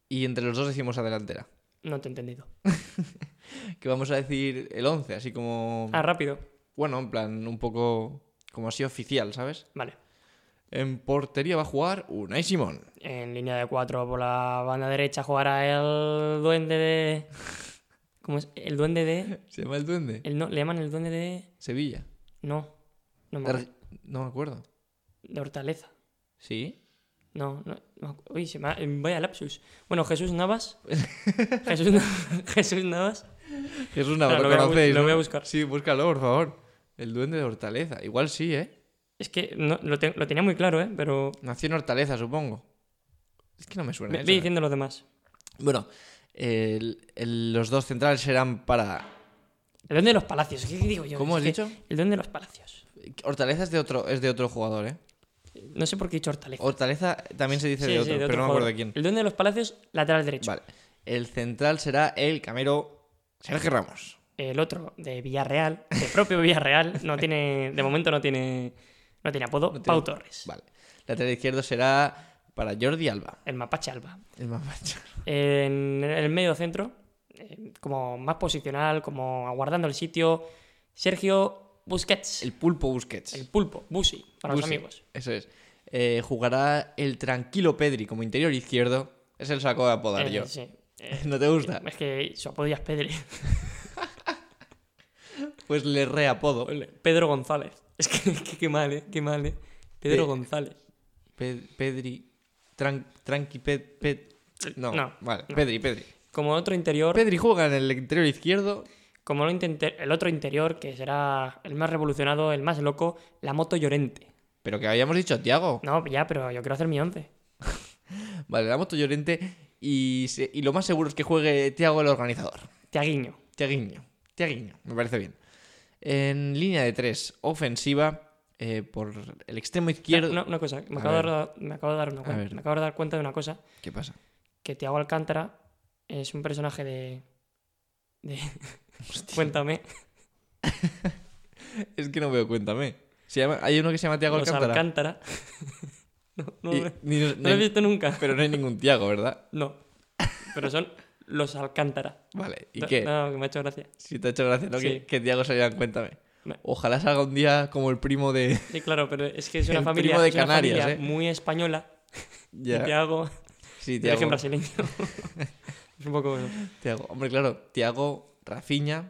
y entre los dos decimos la delantera.
No te he entendido.
Que vamos a decir el once, así como...
Ah, rápido.
Bueno, en plan, un poco como así oficial, ¿sabes?
Vale.
En portería va a jugar Unai Simón.
En línea de cuatro por la banda derecha jugará el duende de... ¿Cómo es? El duende de...
¿Se llama el duende?
el no, ¿Le llaman el duende de...?
Sevilla.
No. No me
De
acuerdo.
Ar- No me acuerdo.
De Hortaleza.
¿Sí?
No, no. no me acu- Uy, se me ha- eh, Vaya lapsus. Bueno, Jesús Navas. Jesús, Nav- Jesús Navas.
Jesús Navas,
Claro,
lo,
Ah, lo voy a bu-
conocéis,
lo
¿no?
voy a buscar.
Sí, búscalo, por favor. El duende de Hortaleza. Igual sí, ¿eh?
Es que no- lo, te- lo tenía muy claro, ¿eh? Pero
Nació en Hortaleza, supongo. Es que no me suena.
Ve,
eso,
ve
¿eh?
diciendo los demás.
Bueno, el- el- los dos centrales serán para.
El don de los palacios, ¿qué digo yo?
¿Cómo
Es
has
que
dicho?
El don de los palacios.
Hortaleza es de otro, es de otro jugador, ¿eh?
No sé por qué he dicho hortaleza.
Hortaleza también se Oh, dice
Sí,
de
sí,
otro,
de
pero no me
jugador.
acuerdo de quién.
El don de los palacios, lateral derecho.
Vale. El central será el camero Sergio Ramos.
El otro, de Villarreal, de propio Villarreal, no tiene. De momento no tiene. No tiene apodo.
tiene-
Pau Torres.
Vale. Lateral izquierdo será para Jordi Alba.
El mapache Alba.
El más macho.
En el medio centro, eh, como más posicional, como aguardando el sitio. Sergio Busquets.
El pulpo Busquets.
El pulpo, Busi, para
Busi,
los amigos.
Eso es. Eh, jugará el tranquilo Pedri como interior izquierdo. Es el saco de apodar
Eh,
yo.
sí. Eh,
¿No te gusta?
es que su apodo ya es Pedri.
Pues le reapodo.
Ole, Pedro González. Es que, que- qué mal, ¿eh? Qué mal, ¿eh? Pedro
Pe-
González.
Pe- Pedri. Tran- tranqui, Ped. No,
No,
vale.
no.
Pedri, Pedri.
Como otro interior,
Pedri juega en el interior izquierdo.
como lo intente- el otro interior, que será el más revolucionado, el más loco, la moto Llorente.
Pero que habíamos dicho, Tiago.
No, ya, pero yo quiero hacer mi once.
Vale, la moto llorente. Y, se- y lo más seguro es que juegue Tiago el organizador.
Tiaguiño.
Tiaguinho. Tiaguinho, me parece bien. En línea de tres, ofensiva. eh, por el extremo izquierdo.
Una, una cosa, me
A
acabo, de
ver.
dar, me acabo de dar una cuenta-
ver.
me acabo de dar cuenta de una cosa,
¿Qué pasa?
que Tiago Alcántara es un personaje de... de- Cuéntame,
Es que no veo, cuéntame. Se llama- hay uno que se llama Tiago
los
Alcántara.
Alcántara. no, no,
Y-
no
ni- no- no
lo he
hay-
visto nunca.
pero no hay ningún Tiago, ¿verdad?
No, pero son los Alcántara.
Vale. ¿Y
No,
qué?
No, que me ha hecho gracia.
Si te ha hecho gracia, ¿no?
Sí.
Que, que Tiago salga en Cuéntame.
No.
Ojalá salga un día como el primo de...
Sí, claro, pero es que es una
El
familia,
primo de
es una
Canarias,
familia
¿eh?
muy española.
Ya.
Y Tiago,
Sí,
de origen
Tiago.
brasileño. es un poco...
Tiago. Hombre, claro. Tiago, Rafiña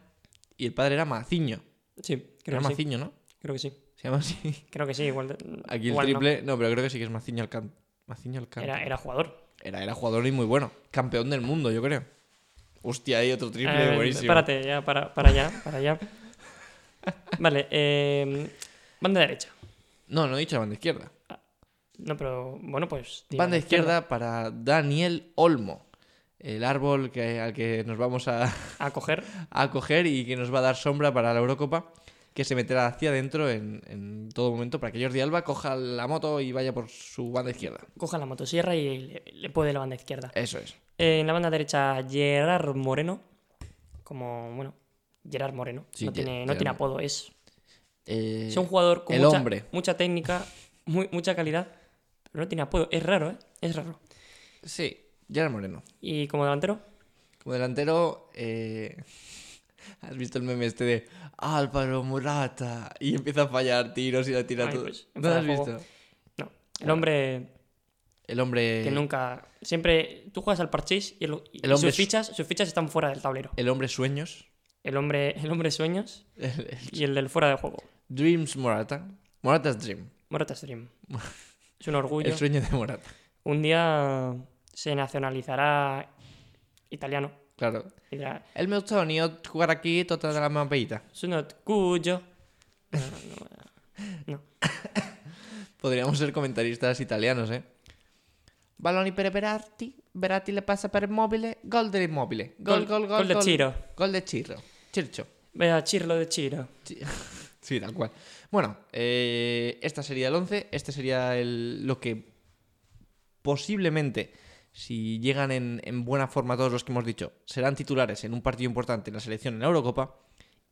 y el padre era Maciño.
Sí,
Era
creo que sí.
Maciño, ¿no?
Creo que sí.
Se llama así.
Creo que sí, igual...
Aquí el
igual no.
triple... No. pero creo que sí que es Maciño Alcántara. Maciño Alcántara.
Era, era jugador.
Era, era jugador y muy bueno. Campeón del mundo, yo creo. Hostia, hay otro triple
Eh,
buenísimo.
Espérate, ya, para, para allá, para allá. Vale, eh, banda derecha.
No, no he dicho la banda izquierda.
No, pero bueno, pues. di
Banda izquierda para Daniel Olmo. El árbol que, al que nos vamos a,
A coger.
a coger y que nos va a dar sombra para la Eurocopa, que se meterá hacia adentro en, en todo momento para que Jordi Alba coja la moto y vaya por su banda izquierda.
Coja la motosierra y le, le puede la banda izquierda.
Eso es.
Eh, en la banda derecha, Gerard Moreno. Como, bueno, Gerard Moreno.
Sí,
no
Ge-
tiene, no
Gerard
tiene
Moreno.
apodo, es.
Eh,
Es un jugador con
el
mucha,
hombre.
mucha técnica, muy- mucha calidad, pero no tiene apodo. Es raro, ¿eh? Es raro.
sí, Gerard Moreno.
Y como delantero,
Como delantero, eh, has visto el meme este de Álvaro Murata y empieza a fallar tiros y la tira
Ay,
todo.
pues,
¿No lo has
fuera de juego.
visto?
no. El hombre
El hombre,
que nunca siempre tú juegas al parchís y, el- y
El hombre
sus
su-
fichas sus fichas están fuera del tablero
el hombre sueños,
el hombre el hombre sueños
el- el
y el del fuera de juego
Dreams Morata. Morata's Dream.
Morata Stream es un orgullo
El sueño de Morata.
un día se nacionalizará italiano
Claro.
y dirá
El meu sonido jugar aquí total de la mampita.
es un orgullo
Podríamos ser comentaristas italianos, ¿eh? Baloni per Berati, Berati le pasa per Immobile, gol del Immobile. Gol, gol, gol.
gol de Chiro
Gol de Chirro. Chircho.
vea Chirlo de Chiro
Sí, tal cual. Bueno, eh, esta sería el 11, este sería el- lo que posiblemente, si llegan en, en buena forma todos los que hemos dicho, serán titulares en un partido importante en la selección en la Eurocopa.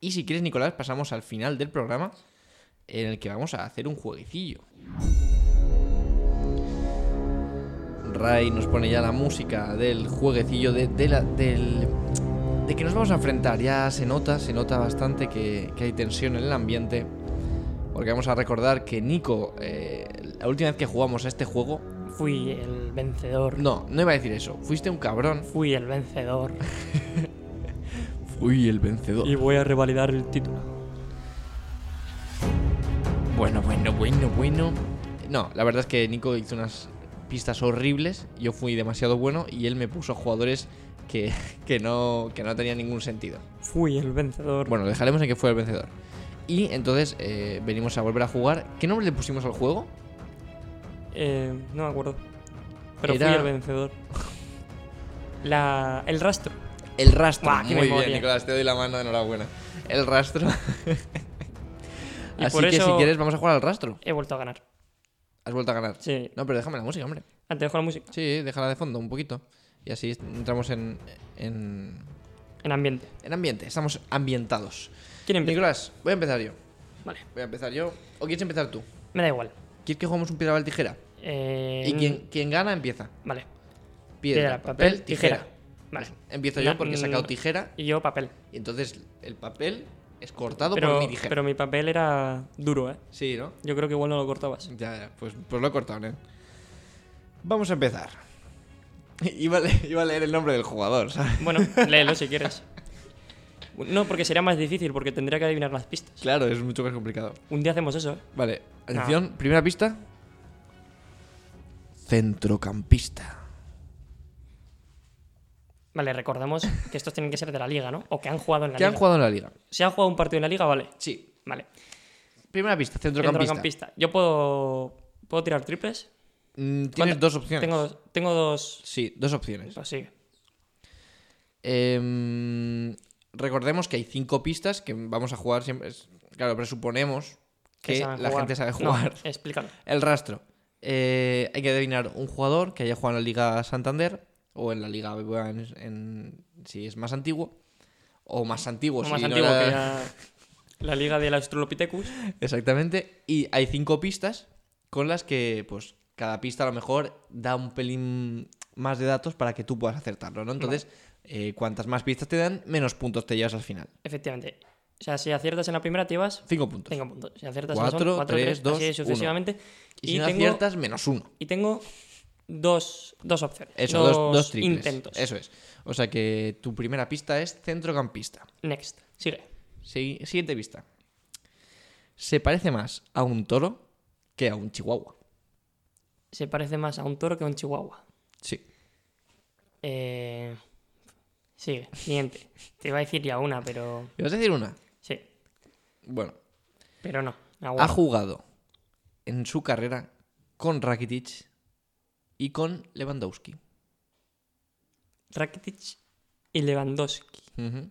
Y si quieres, Nicolás, pasamos al final del programa en el que vamos a hacer un jueguecillo. Ray nos pone ya la música del jueguecillo de, de la- del, de que nos vamos a enfrentar. Ya se nota, se nota bastante que, que hay tensión en el ambiente. Porque vamos a recordar que Nico, eh, la última vez que jugamos a este juego,
fui el vencedor
no, no iba a decir eso. Fuiste un cabrón.
fui el vencedor
Fui el vencedor.
y voy a revalidar el título
Bueno, bueno, bueno, bueno. No, la verdad es que Nico hizo unas pistas horribles. Yo fui demasiado bueno y él me puso jugadores que, que no, que no tenían ningún sentido.
fui el vencedor
Bueno, dejaremos en que fue el vencedor. Y entonces eh, venimos a volver a jugar. ¿Qué nombre le pusimos al juego?
Eh, no me acuerdo. Pero
Era-
fui el vencedor. La... El rastro.
El rastro.
Buah, qué
Muy
memoria.
bien, Nicolás, te doy la mano, enhorabuena. El rastro.
Y
Así
por
que si
eso-
quieres, vamos a jugar al rastro.
He vuelto a ganar.
Has vuelto a ganar.
Sí.
No, pero déjame la música, hombre.
Antes dejo la música.
Sí, déjala de fondo un poquito. Y así entramos en- en,
En ambiente.
En ambiente, estamos ambientados.
¿Quién empieza?
Nicolás, voy a empezar yo.
Vale.
Voy a empezar yo. ¿O quieres empezar tú?
Me da igual.
¿Quieres que juguemos un piedra, papel, tijera?
Eh,
Y quien, quien gana empieza.
Vale.
Piedra, papel, tijera.
Vale.
Empiezo yo
Na-
porque he sacado
mm,
tijera
Y yo papel.
y entonces el papel es cortado
Pero,
por mi tijera.
pero mi papel era duro, ¿eh?
Sí, ¿no?
Yo creo que igual no lo cortabas.
Ya, ya, pues, pues lo he cortado, ¿eh? Vamos a empezar. Iba a, le- iba a leer el nombre del jugador, ¿sabes?
Bueno, léelo si quieres. No, porque sería más difícil, porque tendría que adivinar las pistas.
Claro, es mucho más complicado.
Un día hacemos eso, ¿eh?
Vale,
Ah.
atención, primera pista. Centrocampista.
Vale, recordamos que estos tienen que ser de la liga, ¿no? O que han jugado en la
¿Qué han
liga.
jugado en la liga?
Si han jugado un partido en la liga, vale.
Sí.
Vale.
Primera pista, centrocampista.
Centrocampista. Yo puedo. ¿Puedo tirar triples?
Mm, tienes
¿Cuánta-
dos opciones.
Tengo dos. Tengo dos.
Sí, dos opciones.
pues sigue.
Em, recordemos que hay cinco pistas que vamos a jugar siempre. es- claro, presuponemos
Que
que la
saben jugar.
gente sabe
No,
jugar.
explícalo.
El rastro. Eh, hay que adivinar un jugador que haya jugado en la Liga Santander o en la Liga BBVA en- en- si es más antiguo o más antiguo.
Lo
Pues si
más
no
antiguo
era-
que la, la liga del Australopithecus.
Exactamente. Y hay cinco pistas con las que, pues, cada pista a lo mejor da un pelín más de datos para que tú puedas acertarlo, ¿no? Entonces, eh, cuantas más pistas te dan, menos puntos te llevas al final.
Efectivamente. O sea, si aciertas en la primera, te vas
Cinco puntos.
5 puntos. Si aciertas en
Cuatro,
la
tres,
3,
dos,
así
uno.
sucesivamente.
Y si no
tengo,
aciertas, menos uno.
y tengo dos, dos opciones.
Eso,
dos,
dos, dos triples.
intentos.
Eso es. O sea que tu primera pista es centrocampista.
Next. Sigue.
Sí, siguiente pista. Se parece más a un toro que a un chihuahua.
Se parece más a un toro que a un chihuahua.
Sí.
Eh, Sigue. Siguiente. Te iba a decir ya una, pero.
¿Y vas a decir una?
Sí.
Bueno,
Pero no. Ah, me
ha
aguanto.
jugado en su carrera con Rakitic y con Lewandowski.
Rakitic y Lewandowski.
Ujú.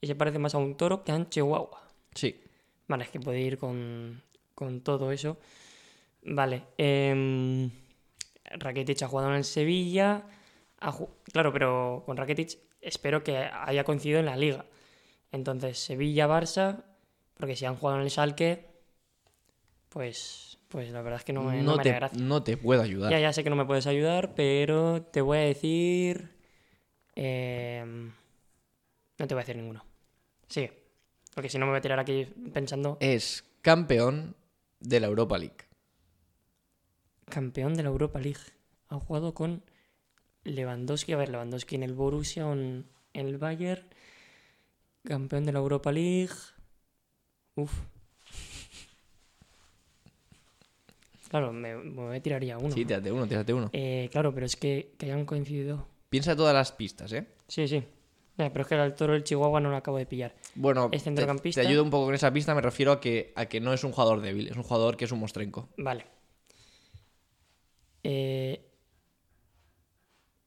Y se parece más a un toro que a un chihuahua.
Sí.
Vale, es que puede ir con, con todo eso. Vale. Eh, Rakitic ha jugado en el Sevilla. ha ju- claro, pero con Rakitic espero que haya coincidido en la liga. Entonces, Sevilla-Barça, porque si han jugado en el Schalke, pues, pues la verdad es que no me, no me haría
te,
gracia.
no te puedo ayudar.
Ya, ya sé que no me puedes ayudar, pero te voy a decir... eh, no te voy a decir ninguno. Sigue. Porque si no me voy a tirar aquí pensando...
Es campeón de la Europa League.
campeón de la Europa League. Ha jugado con Lewandowski. A ver, Lewandowski en el Borussia o en el Bayern. Campeón de la Europa League. Uf. Claro, me, me tiraría uno.
Sí, tírate uno, tírate uno.
Eh, claro, pero es que, que hayan coincidido.
Piensa todas las pistas, ¿eh?
Sí, sí. Ya, pero es que el toro del Chihuahua no lo acabo de pillar.
Bueno,
Es
te,
centrocampista.
te ayudo un poco con esa pista, me refiero a que, a que no es un jugador débil, es un jugador que es un mostrenco.
Vale. Eh,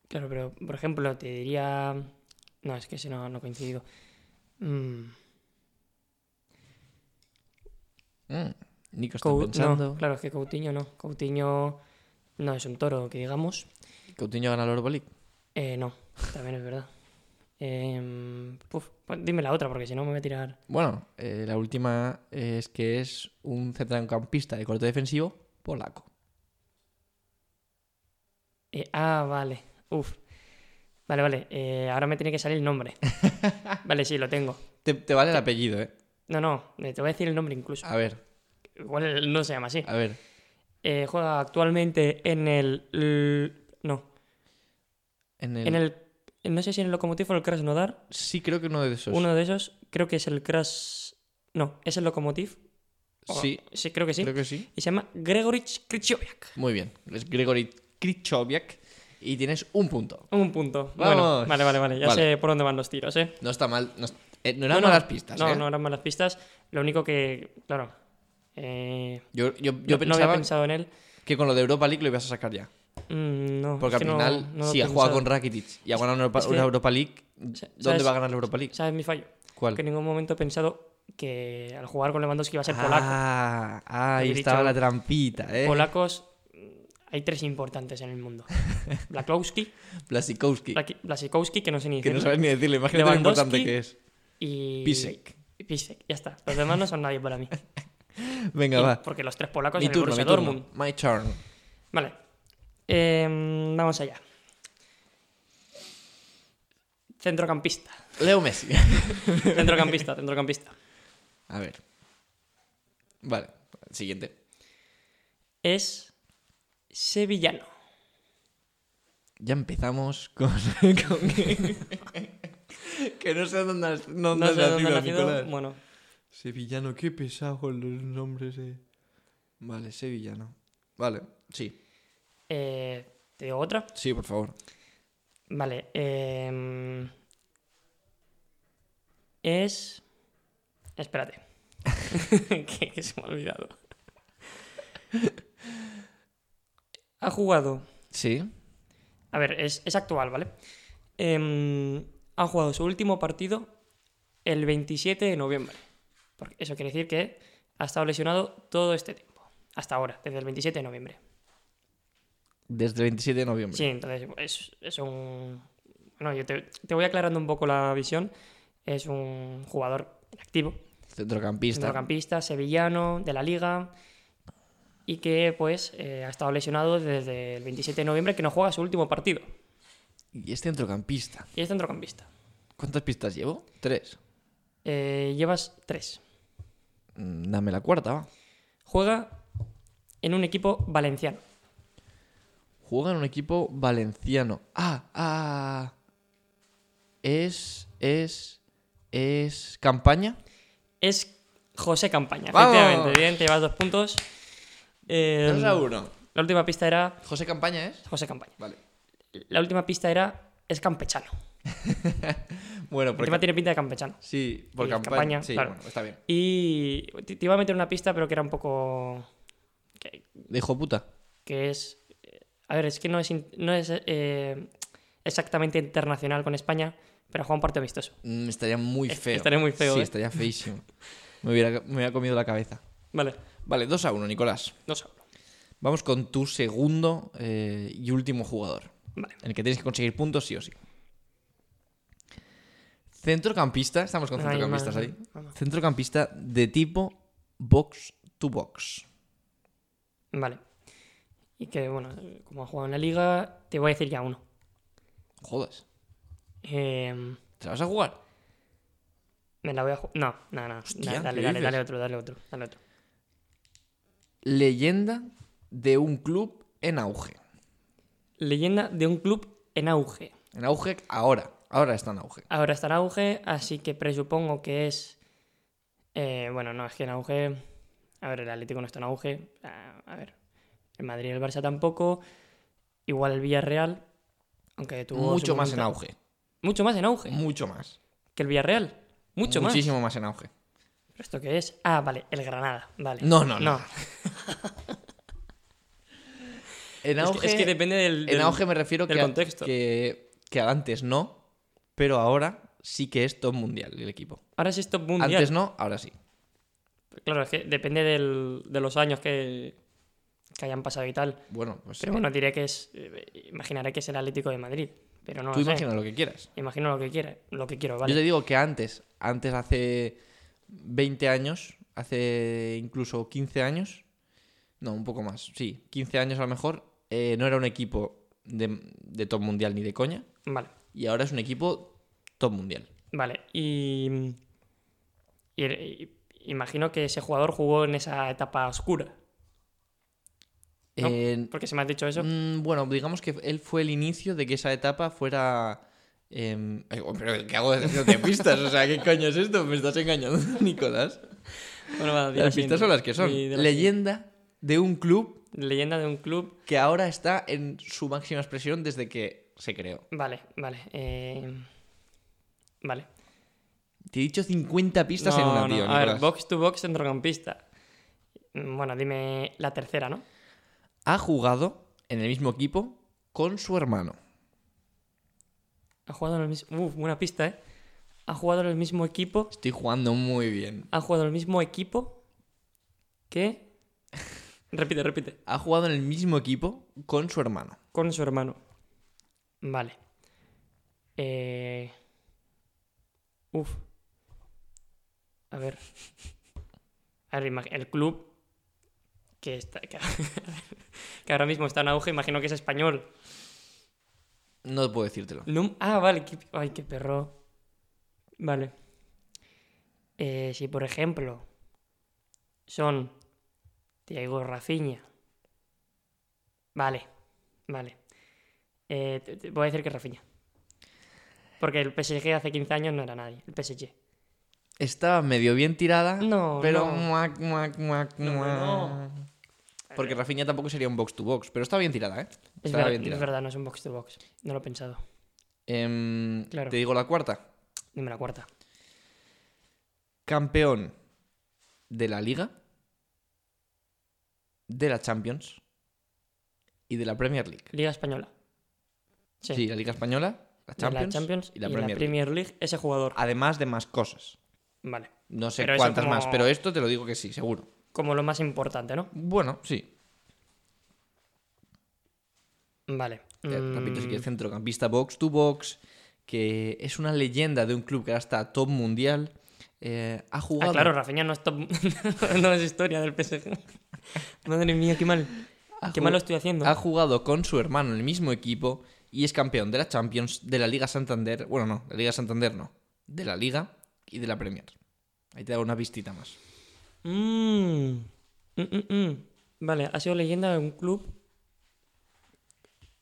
claro, pero por ejemplo, te diría. No, es que ese no, no ha coincidido. Mm,
Mm, Nico está
Cou- no,
pensando.
claro, es que Coutinho no. Coutinho no es un toro, que digamos.
Coutinho gana la Europa League.
Eh, no, también es verdad. Em, puf, pues dime la otra, porque si no me voy a tirar.
Bueno, eh, la última es que es un centrocampista de corte defensivo polaco.
Eh, ah, vale. Uf. Vale, vale. eh, ahora me tiene que salir el nombre. Vale, sí, lo tengo.
Te, te vale el apellido, ¿eh?
No, no, eh, te voy a decir el nombre incluso.
A ver,
Igual no se llama así.
a ver.
Eh, juega actualmente en el. L- No,
En el,
en el. No sé si en el Lokomotiv o el Krasnodar.
Sí, creo que uno de esos.
Uno de esos, creo que es el Kras. No, es el Lokomotiv. o-
Sí,
Sí, creo que sí.
creo que sí.
Y se llama Gregorich Krychowiak.
Muy bien. Es Gregory Krychowiak y tienes un punto.
Un punto. Bueno,
Vamos.
vale, vale, vale. Ya
Vale.
sé por dónde van los tiros, ¿eh?
No está mal. No, es- eh, no eran
No, no.
malas pistas,
No,
¿eh?
no eran malas pistas. Lo único que. Claro. eh,
Yo, yo- yo
no- no,
pensaba
había pensado en él.
que con lo de Europa League lo ibas a sacar ya.
Mm, no,
Porque
es
al
que no-
final,
no lo he
si ha jugado
pensado.
con Rakitic y ha ganado una Europa,
Es que-
una Europa League,
Sa-
¿dónde
¿sabes?
va a ganar la Europa League?
¿Sabes mi fallo?
¿Cuál?
Que en ningún momento he pensado que al jugar con Lewandowski iba a ser polaco.
Ah, ah, ahí
Yo he
estaba
dicho-
la trampita, ¿eh?
Polacos, mm, hay tres importantes en el mundo. Blakowski,
Blasikowski,
Blaki- Blasikowski, que no sé ni
que no
decirlo,
sabes ni decirle, imagínate lo
Lewandowski.
importante que es.
y
Pisek.
y Pisek, ya está. Los demás no son nadie para mí.
Venga,
Y-
va.
Porque los tres polacos
Mi
en el
turno, mi
Borussia
turno.
Dortmund.
My turn.
Vale. Em, vamos allá. Centrocampista.
Leo Messi.
Centrocampista, centrocampista.
A ver. Vale, siguiente.
Es sevillano.
Ya empezamos con... con que- que no sé dónde has,
No,
dónde has
sé dónde
nacido,
ha nacido.
Nicolás.
Bueno,
Sevillano, qué pesado los nombres de... Vale, sevillano. Vale, sí.
eh, te digo otra.
Sí, por favor.
Vale. em, es. Espérate. que, que se me ha olvidado. ha jugado.
Sí.
A ver, es, es actual, ¿vale? Em, ha jugado su último partido el 27 de noviembre. Porque eso quiere decir que ha estado lesionado todo este tiempo. Hasta ahora, desde el 27 de noviembre.
Desde el 27 de noviembre.
Sí, entonces es, es un... Bueno, yo te, te voy aclarando un poco la visión. Es un jugador activo,
Centrocampista.
centrocampista, sevillano, de la liga, y que pues eh, ha estado lesionado desde el 27 de noviembre, que no juega su último partido.
Y es centrocampista.
Y es centrocampista.
¿Cuántas pistas llevo? Tres.
Eh, llevas tres.
Mm, Dame la cuarta, va.
Juega en un equipo valenciano.
Juega en un equipo valenciano. Ah, ah. Es, es, es campaña.
Es José Campaña,
¡Vamos!
efectivamente. Bien, te llevas dos puntos. Eh,
Dos a uno.
la última pista era
José Campaña es.
José Campaña.
Vale.
La última pista era es campechano.
Bueno, por
Encima
cam-
tiene pinta de campechano.
Sí, por
y
campaña.
campaña,
sí,
claro.
bueno, está bien.
Y te te iba a meter una pista, pero que era un poco. que,
De hijo puta.
que es. eh, A ver, es que no es, in- no es eh, exactamente internacional con España, pero juega un partido amistoso.
Mm, estaría muy
Es-
feo.
estaría muy feo,
Sí,
¿eh?
estaría feísimo. me, hubiera, me hubiera comido la cabeza.
Vale,
Vale, 2 a 1, Nicolás.
no sé.
Vamos con tu segundo eh, y último jugador.
Vale.
En el que tienes que conseguir puntos sí o sí. Centrocampista, estamos con
Ay, madre
centrocampistas ahí.
mía, mamá.
Centrocampista de tipo box to box.
Vale. Y que, bueno, como ha jugado en la liga, te voy a decir ya uno.
Jodas,
Eh,
¿te la vas a jugar?
me la voy a ju- No, no, no.
Hostia,
Da- dale,
¿qué
dale,
dices?
dale otro, dale otro, dale otro.
Leyenda de un club en auge.
Leyenda de un club en auge.
En auge ahora, ahora está en auge.
Ahora está en auge, así que presupongo que es. eh, bueno, no, es que en auge. A ver, el Atlético no está en auge. ah, A ver, el Madrid y el Barça tampoco. Igual el Villarreal. Aunque tuvo. su
Mucho más en
momento-
auge.
Mucho más en auge
Mucho más.
que el Villarreal. Mucho
Muchísimo más en auge.
más. ¿Pero esto qué es? Ah, vale, el Granada. Vale.
No, no, no.
no.
En
Es,
auge,
que, es que depende del.
en
del-
auge me refiero
del
que, a-
contexto.
que que antes no, pero ahora sí que es top mundial el equipo.
Ahora es esto mundial.
Antes no, ahora sí.
Claro, es que depende del- de los años que, que hayan pasado y tal.
Bueno, pues
Pero
eh,
bueno, diré que es. eh, Imaginaré que es el Atlético de Madrid. Pero no
tú
lo sé.
imagina lo que quieras.
Imagino lo que quiera, lo que quiero, vale.
Yo te digo que antes, antes hace 20 años, hace incluso 15 años, no, un poco más, sí, 15 años a lo mejor, eh, no era un equipo de, de top mundial ni de coña,
Vale,
y ahora es un equipo top mundial.
vale. Y, y- y- imagino que ese jugador jugó en esa etapa oscura. No.
Eh,
Porque si me has dicho eso,
Mm, bueno, digamos que él fue el inicio de que esa etapa fuera. em, ay, bueno, pero ¿qué hago de pistas? O sea, ¿qué coño es esto? Me estás engañando, Nicolás.
bueno, va, di la
Las
siguiente.
pistas son las que son.
Di- di la
Leyenda de un club
siguiente. Leyenda de un club.
que ahora está en su máxima expresión desde que se creó.
Vale, vale. eh, Vale.
Te he dicho 50 pistas en
No,
una,
no,
tío.
A ver,
Nicolás.
box to box centrocampista. Mm, Bueno, dime la tercera, ¿no?
Ha jugado en el mismo equipo con su hermano.
Ha jugado en el mismo. Uf, buena pista, ¿eh? Ha jugado en el mismo equipo.
Estoy jugando muy bien.
Ha jugado en el mismo equipo que. repite, repite.
Ha jugado en el mismo equipo con su hermano.
Con su hermano. Vale. Eh... Uf. A ver. A ver, imag- el club que, está, que, que ahora mismo está en auge, imagino que es español.
No puedo decírtelo.
No- ah, vale. qué- ay, qué perro. Vale. Eh, si, por ejemplo, son Diego Rafiña. Vale, vale. Eh, te- te voy a decir que Rafiña. Porque el PSG hace 15 años no era nadie, el PSG.
Estaba medio bien tirada,
No,
pero...
no.
muac, muac, muac,
No, no, no.
muac. Porque Rafinha tampoco sería un box to box, pero estaba bien tirada, ¿eh?
Es,
Estaba
ver-
bien
es
tirada.
verdad, no es un box to box. No lo he pensado.
Em,
Claro.
Te digo la cuarta.
Dime la cuarta.
Campeón de la Liga, de la Champions y de la Premier League.
Liga Española. Sí.
Sí, la Liga Española, la
De
Champions,
la Champions
y la Premier Ah. League.
Premier League, ese jugador.
Además de más cosas.
Vale.
No sé
Pero eso
cuántas
como-
más, pero esto te lo digo que sí, seguro.
Como lo más importante, ¿no?
Bueno, sí.
Vale.
Te Repito, Eh, si
Mm,
quieres centrocampista box to box, que es una leyenda de un club que ahora está top mundial. eh, ha
Ah,
jugado.
claro, Rafinha no es top- no es historia del PSG. Madre mía, qué mal.
Ha
Qué
jug-
mal lo estoy haciendo.
Ha jugado con su hermano en el mismo equipo y es campeón de la Champions, de la Liga Santander. Bueno, no, la Liga Santander no. De la Liga y de la Premier. Ahí te da una vistita más.
Mm. Mm, mm, mm. Vale, ha sido leyenda de un club.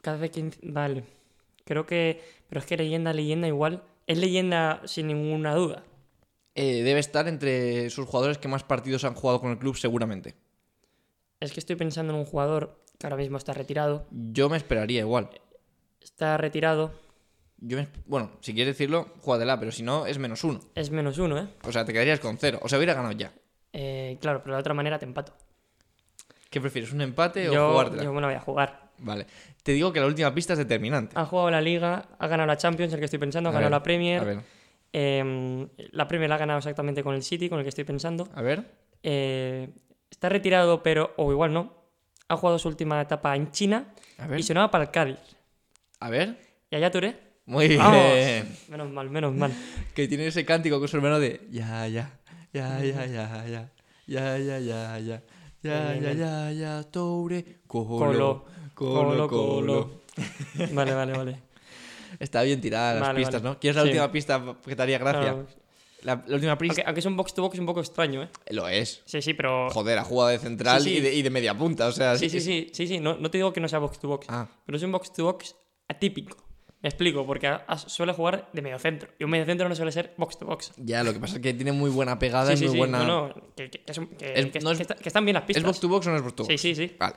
Cada vez 15. Vale. Creo que. Pero es que leyenda, leyenda igual. Es leyenda sin ninguna duda.
Eh, debe estar entre sus jugadores que más partidos han jugado con el club, seguramente.
Es que estoy pensando en un jugador que ahora mismo está retirado.
Yo me esperaría igual.
Está retirado.
Yo me- Bueno, si quieres decirlo, júgatela, pero si no, es menos uno.
Es menos uno, ¿eh?
O sea, te quedarías con cero. O sea, hubiera ganado ya.
Eh, Claro, pero de otra manera te empato.
¿Qué prefieres, un empate o
Yo,
jugártela?
yo me la voy a jugar.
Vale. Te digo que la última pista es determinante.
Ha jugado la Liga, ha ganado la Champions, el que estoy pensando, ha
A
ganado
ver,
la Premier.
A ver,
Eh, la Premier la ha ganado exactamente con el City, con el que estoy pensando.
a ver.
Eh, está retirado, pero. O igual no. Ha jugado su última etapa en China
A ver.
y sonaba para el Cádiz.
A ver.
Y allá Touré.
Muy bien.
Vamos. Menos mal, menos mal.
Que tiene ese cántico con su hermano de ya, ya, ya, ya, ya, ya, ya, ya, ya, ya, ya, ya, ya, ya, Toure, colo, colo, colo.
Vale, vale, vale.
Está bien tirada las
Vale,
pistas,
vale.
¿no? ¿Quieres la
Sí.
última pista que te haría gracia?
Claro.
La, la última pista
Aunque, aunque es un box to box un poco extraño, ¿eh?
lo es.
Sí, sí, pero.
Joder, ha jugado de central
Sí, sí.
Y, de, y de media punta, o sea,
Sí, sí,
es-
sí, sí, sí. No, no te digo que no sea box to box.
Ah,
Pero es un box to box atípico. Me explico, porque a- a- suele jugar de mediocentro. Y un mediocentro no suele ser box to box.
ya, lo que pasa es que tiene muy buena pegada
Sí,
y
sí,
Ah, muy
sí.
buena.
No, no, que, que- que es un- que-
Es-
que-
no es-
que está- que están bien las pistas.
¿Es box to box o no es box to box?
Sí, sí, sí.
Vale.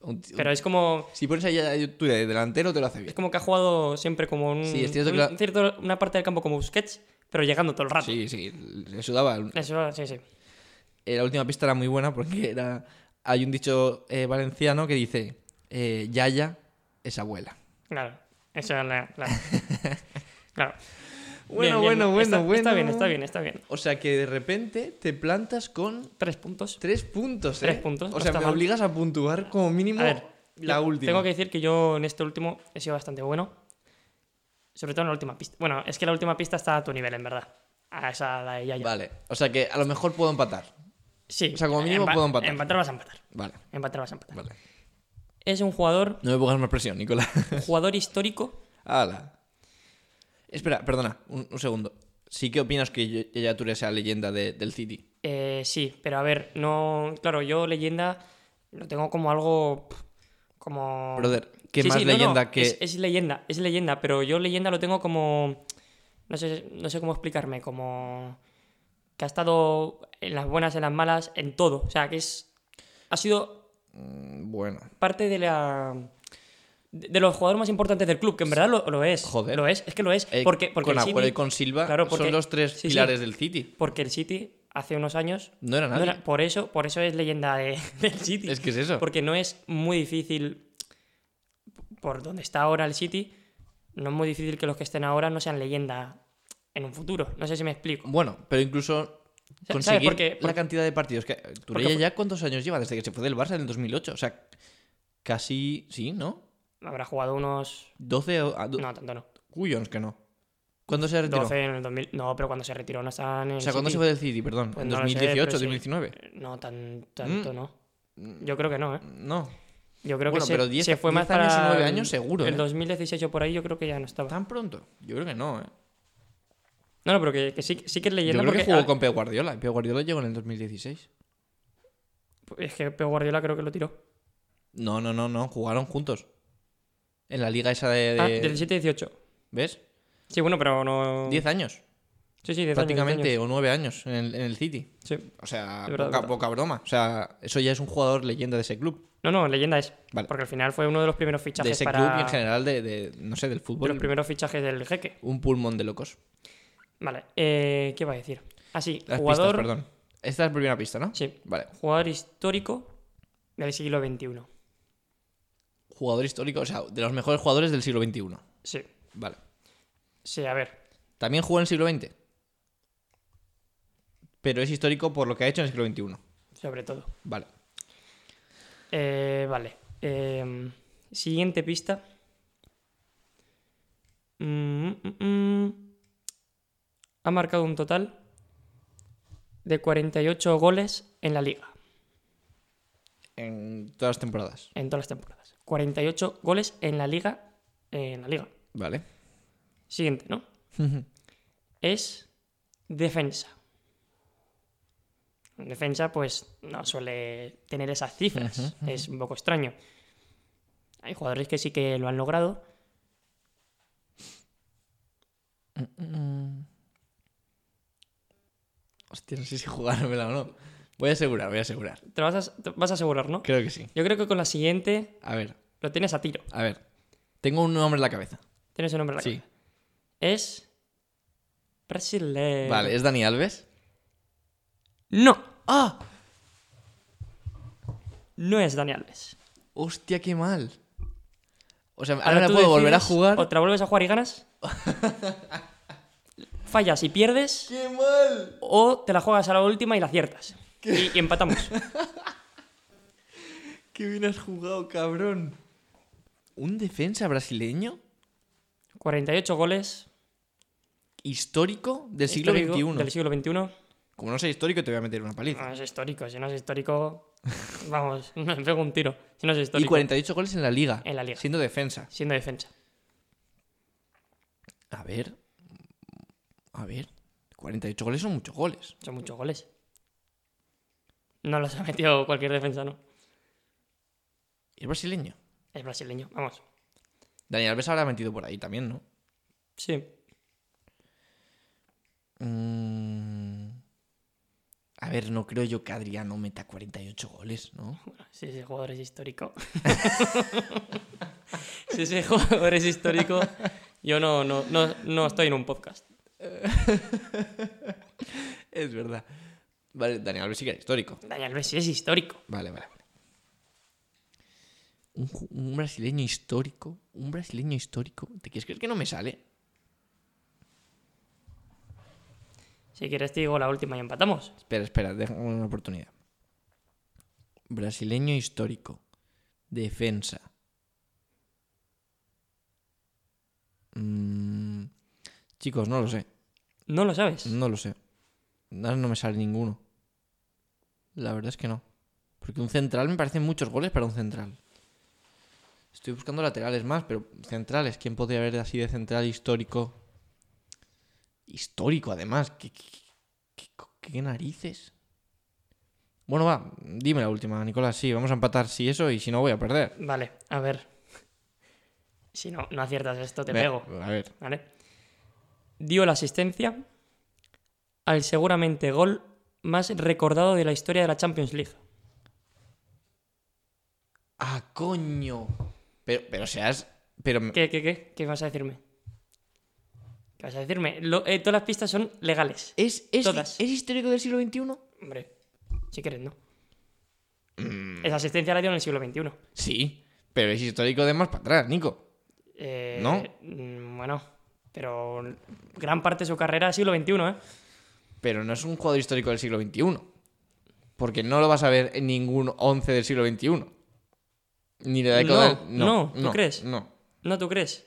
Un t-
Pero es como,
Si pones ahí a tú de delantero, te lo hace bien.
es como que ha jugado siempre como un,
Sí, es cierto que
un-
la-
un cierto- una parte del campo como Busquets, pero llegando todo el rato.
Sí, sí, le sudaba.
Eso, sí, sí.
Eh, la última pista era muy buena porque era hay un dicho eh, valenciano que dice eh, Yaya es abuela.
Claro. Eso es la... la- claro.
Bueno,
Bien, bien.
bueno, bueno,
está,
bueno.
Está bien, está bien, está bien.
O sea que de repente te plantas con
Tres puntos.
tres puntos, ¿eh?
Tres puntos,
O
no
sea,
está
me
mal.
obligas a puntuar como mínimo
A ver,
la
yo
última.
Tengo que decir que yo en este último he sido bastante bueno. Sobre todo en la última pista. Bueno, es que la última pista está a tu nivel, en verdad. A esa, la de Yaya.
Vale, o sea que a lo mejor puedo empatar.
Sí.
O sea, como mínimo
Empa-
puedo empatar.
Empatar vas a empatar.
Vale,
Empatar vas a empatar.
vale.
Es un jugador,
No me pongas más presión, Nicolás.
jugador histórico
Hala. Espera, perdona, un, un segundo. ¿Sí que opinas que Yaya Touré sea leyenda de- del City?
Eh, sí, pero a ver, no. Claro, yo leyenda lo tengo como algo. pf, Como.
Brother, ¿qué
Sí,
más
sí, no, no,
leyenda que...?
Es, es leyenda, es leyenda, pero yo leyenda lo tengo como. No sé, no sé cómo explicarme, como. Que ha estado en las buenas, en las malas, en todo. O sea, que es. Ha sido
Mm, Bueno,
parte de la. De de los jugadores más importantes del club, que en verdad lo, lo es.
Joder.
Lo es, es que lo es.
Eh,
porque, porque
con
el
Agüero
City-
y con Silva
Claro, porque-
son los tres
sí, sí.
pilares del City.
porque el City hace unos años
No era
No
nadie.
era- por, eso, por eso es leyenda de- del City.
Es que es eso.
Porque no es muy difícil, por donde está ahora el City, no es muy difícil que los que estén ahora no sean leyenda en un futuro. No sé si me explico.
Bueno, pero incluso
¿Sabes
conseguir
por qué?
la
Porque-
cantidad de partidos que Turella
Porque-
ya cuántos años lleva desde que se fue del Barça en el 2008, o sea, casi sí, ¿no?
Habrá jugado unos...
12 o a do-
No, tanto no.
Cuyons que no. ¿Cuándo se retiró?
12 en el 2000... No, pero cuando se retiró no estaban en
O
el
sea, ¿cuándo se
City.
fue del City, perdón?
Pues
en
no lo sé,
2018,
pero sí.
2019.
No, tan, tanto
Mm.
no. Yo creo que no, ¿eh.
No,
Yo creo
Bueno,
que se,
pero 10
se fue más
10 años o
para
9
el-
años seguro,
El
¿eh?
2016 o por ahí yo creo que ya no estaba.
tan pronto. Yo creo que no, ¿eh?
No, no, pero que, que sí, sí que es
Yo
leyenda
creo
porque...
que jugó
ah,
con Pep Guardiola, y Pep Guardiola llegó en el 2016.
Es que Pep Guardiola creo que lo tiró.
No, no, no, no, jugaron juntos. En la liga esa de, de-
Ah, del 17-18.
¿Ves?
Sí, bueno, pero no.
10 años,
Sí, sí, 10 años, 10 años.
prácticamente, o 9 años en el, en el City.
Sí.
O sea,
De verdad, de
poca,
verdad.
poca broma. O sea, eso ya es un jugador leyenda de ese club.
No, no, leyenda es.
Vale.
Porque al final fue uno de los primeros
de
fichajes
ese
para.
club y en general de, de, no sé, del
de los
fútbol.
primeros fichajes del jeque.
Un pulmón de locos.
Vale. eh, ¿Qué va a decir? Así,
Las
jugador.
pistas, perdón. Esta es la primera pista, ¿no?
Sí.
Vale.
Jugador histórico del siglo XXI.
Jugador histórico, o sea, de los mejores jugadores del siglo XXI.
Sí.
Vale.
Sí, a ver.
También jugó en el siglo XX. Pero es histórico por lo que ha hecho en el siglo XXI.
Sobre todo.
Vale.
Eh, vale. eh, siguiente pista. Mm, mm, mm. Ha marcado un total de 48 goles en la liga,
En todas las temporadas.
en todas las temporadas. 48 goles en la liga. eh, En la liga.
Vale.
Siguiente, ¿no? es defensa. Defensa, pues, no suele tener esas cifras. Es un poco extraño. Hay jugadores que sí que lo han logrado.
Hostia, no sé si jugármela o no. Voy a asegurar, voy a asegurar.
Te vas a, te vas a asegurar, ¿no?
Creo que sí.
Yo creo que con la siguiente
A ver,
lo tienes a tiro.
a ver. Tengo un nombre en la cabeza.
Tienes el nombre en la
Sí.
cabeza. Es. Brasileiro.
Vale, ¿es Dani Alves?
No,
¡Ah!
no es Dani Alves.
Hostia, qué mal. O sea, ahora, la
tú
puedo volver a
decides,
jugar.
O te la vuelves a jugar y ganas. Fallas y pierdes.
¡Qué mal!
O te la juegas a la última y la aciertas. Y, y empatamos.
¡Qué bien has jugado, cabrón! ¿Un defensa brasileño?
48 goles
¿Histórico? Del siglo
histórico-
XXI.
del siglo XXI.
Como no sea histórico, te voy a meter una paliza.
No, es histórico. Si no es histórico, vamos, me pego un tiro. Si no es
y
histórico,
48 goles en la liga.
En la liga.
Siendo defensa.
siendo defensa.
A ver. A ver. 48 goles son muchos goles.
Son muchos goles. No los ha metido cualquier defensa, ¿no?
Es brasileño.
Es brasileño, vamos.
Daniel Alves habrá metido por ahí también, ¿no?
Sí.
Mm. A ver, no creo yo que Adriano meta 48 goles, ¿no?
Si ese jugador es histórico. si ese jugador es histórico, yo no, no, no, no estoy en un podcast.
Es verdad. Vale, Daniel Alves sí que era histórico.
Daniel Alves sí es histórico.
Vale, vale, vale. Un, ju- un brasileño histórico. Un brasileño histórico. ¿Te quieres creer que no me sale?
Si quieres te digo la última y empatamos.
Espera, espera, déjame una oportunidad. Brasileño histórico. Defensa. Mm, Chicos, no lo sé.
No lo sabes.
No lo sé. Ahora no me sale ninguno. La verdad es que no. Porque un central me parecen muchos goles para un central. Estoy buscando laterales más, pero centrales. ¿Quién podría haber así de central histórico? Histórico, además. ¿Qué, qué, qué- qué- qué narices? Bueno, va, dime la última, Nicolás. Sí, vamos a empatar si eso y si no voy a perder.
Vale, a ver. Si no, no aciertas esto, te
Ve-
pego.
A ver.
¿Vale? Dio la asistencia al seguramente gol más recordado de la historia de la Champions League.
¡Ah, coño! Pero, pero seas. Pero me-
¿Qué, qué, qué? ¿Qué vas a decirme? ¿Qué vas a decirme? Lo- eh, todas las pistas son legales.
¿Es, es,
Todas.
¿Es histórico del siglo XXI?
Hombre, si quieres, no.
Mm.
Esa asistencia la dio en el siglo XXI.
Sí, pero es histórico de más para atrás, Nico.
Eh,
¿No?
mm, Bueno, pero gran parte de su carrera es siglo XXI, ¿eh?
Pero no es un jugador histórico del siglo XXI. Porque no lo vas a ver en ningún 11 del siglo XXI. Ni le da
No, no, ¿tú crees?
No.
¿No tú crees?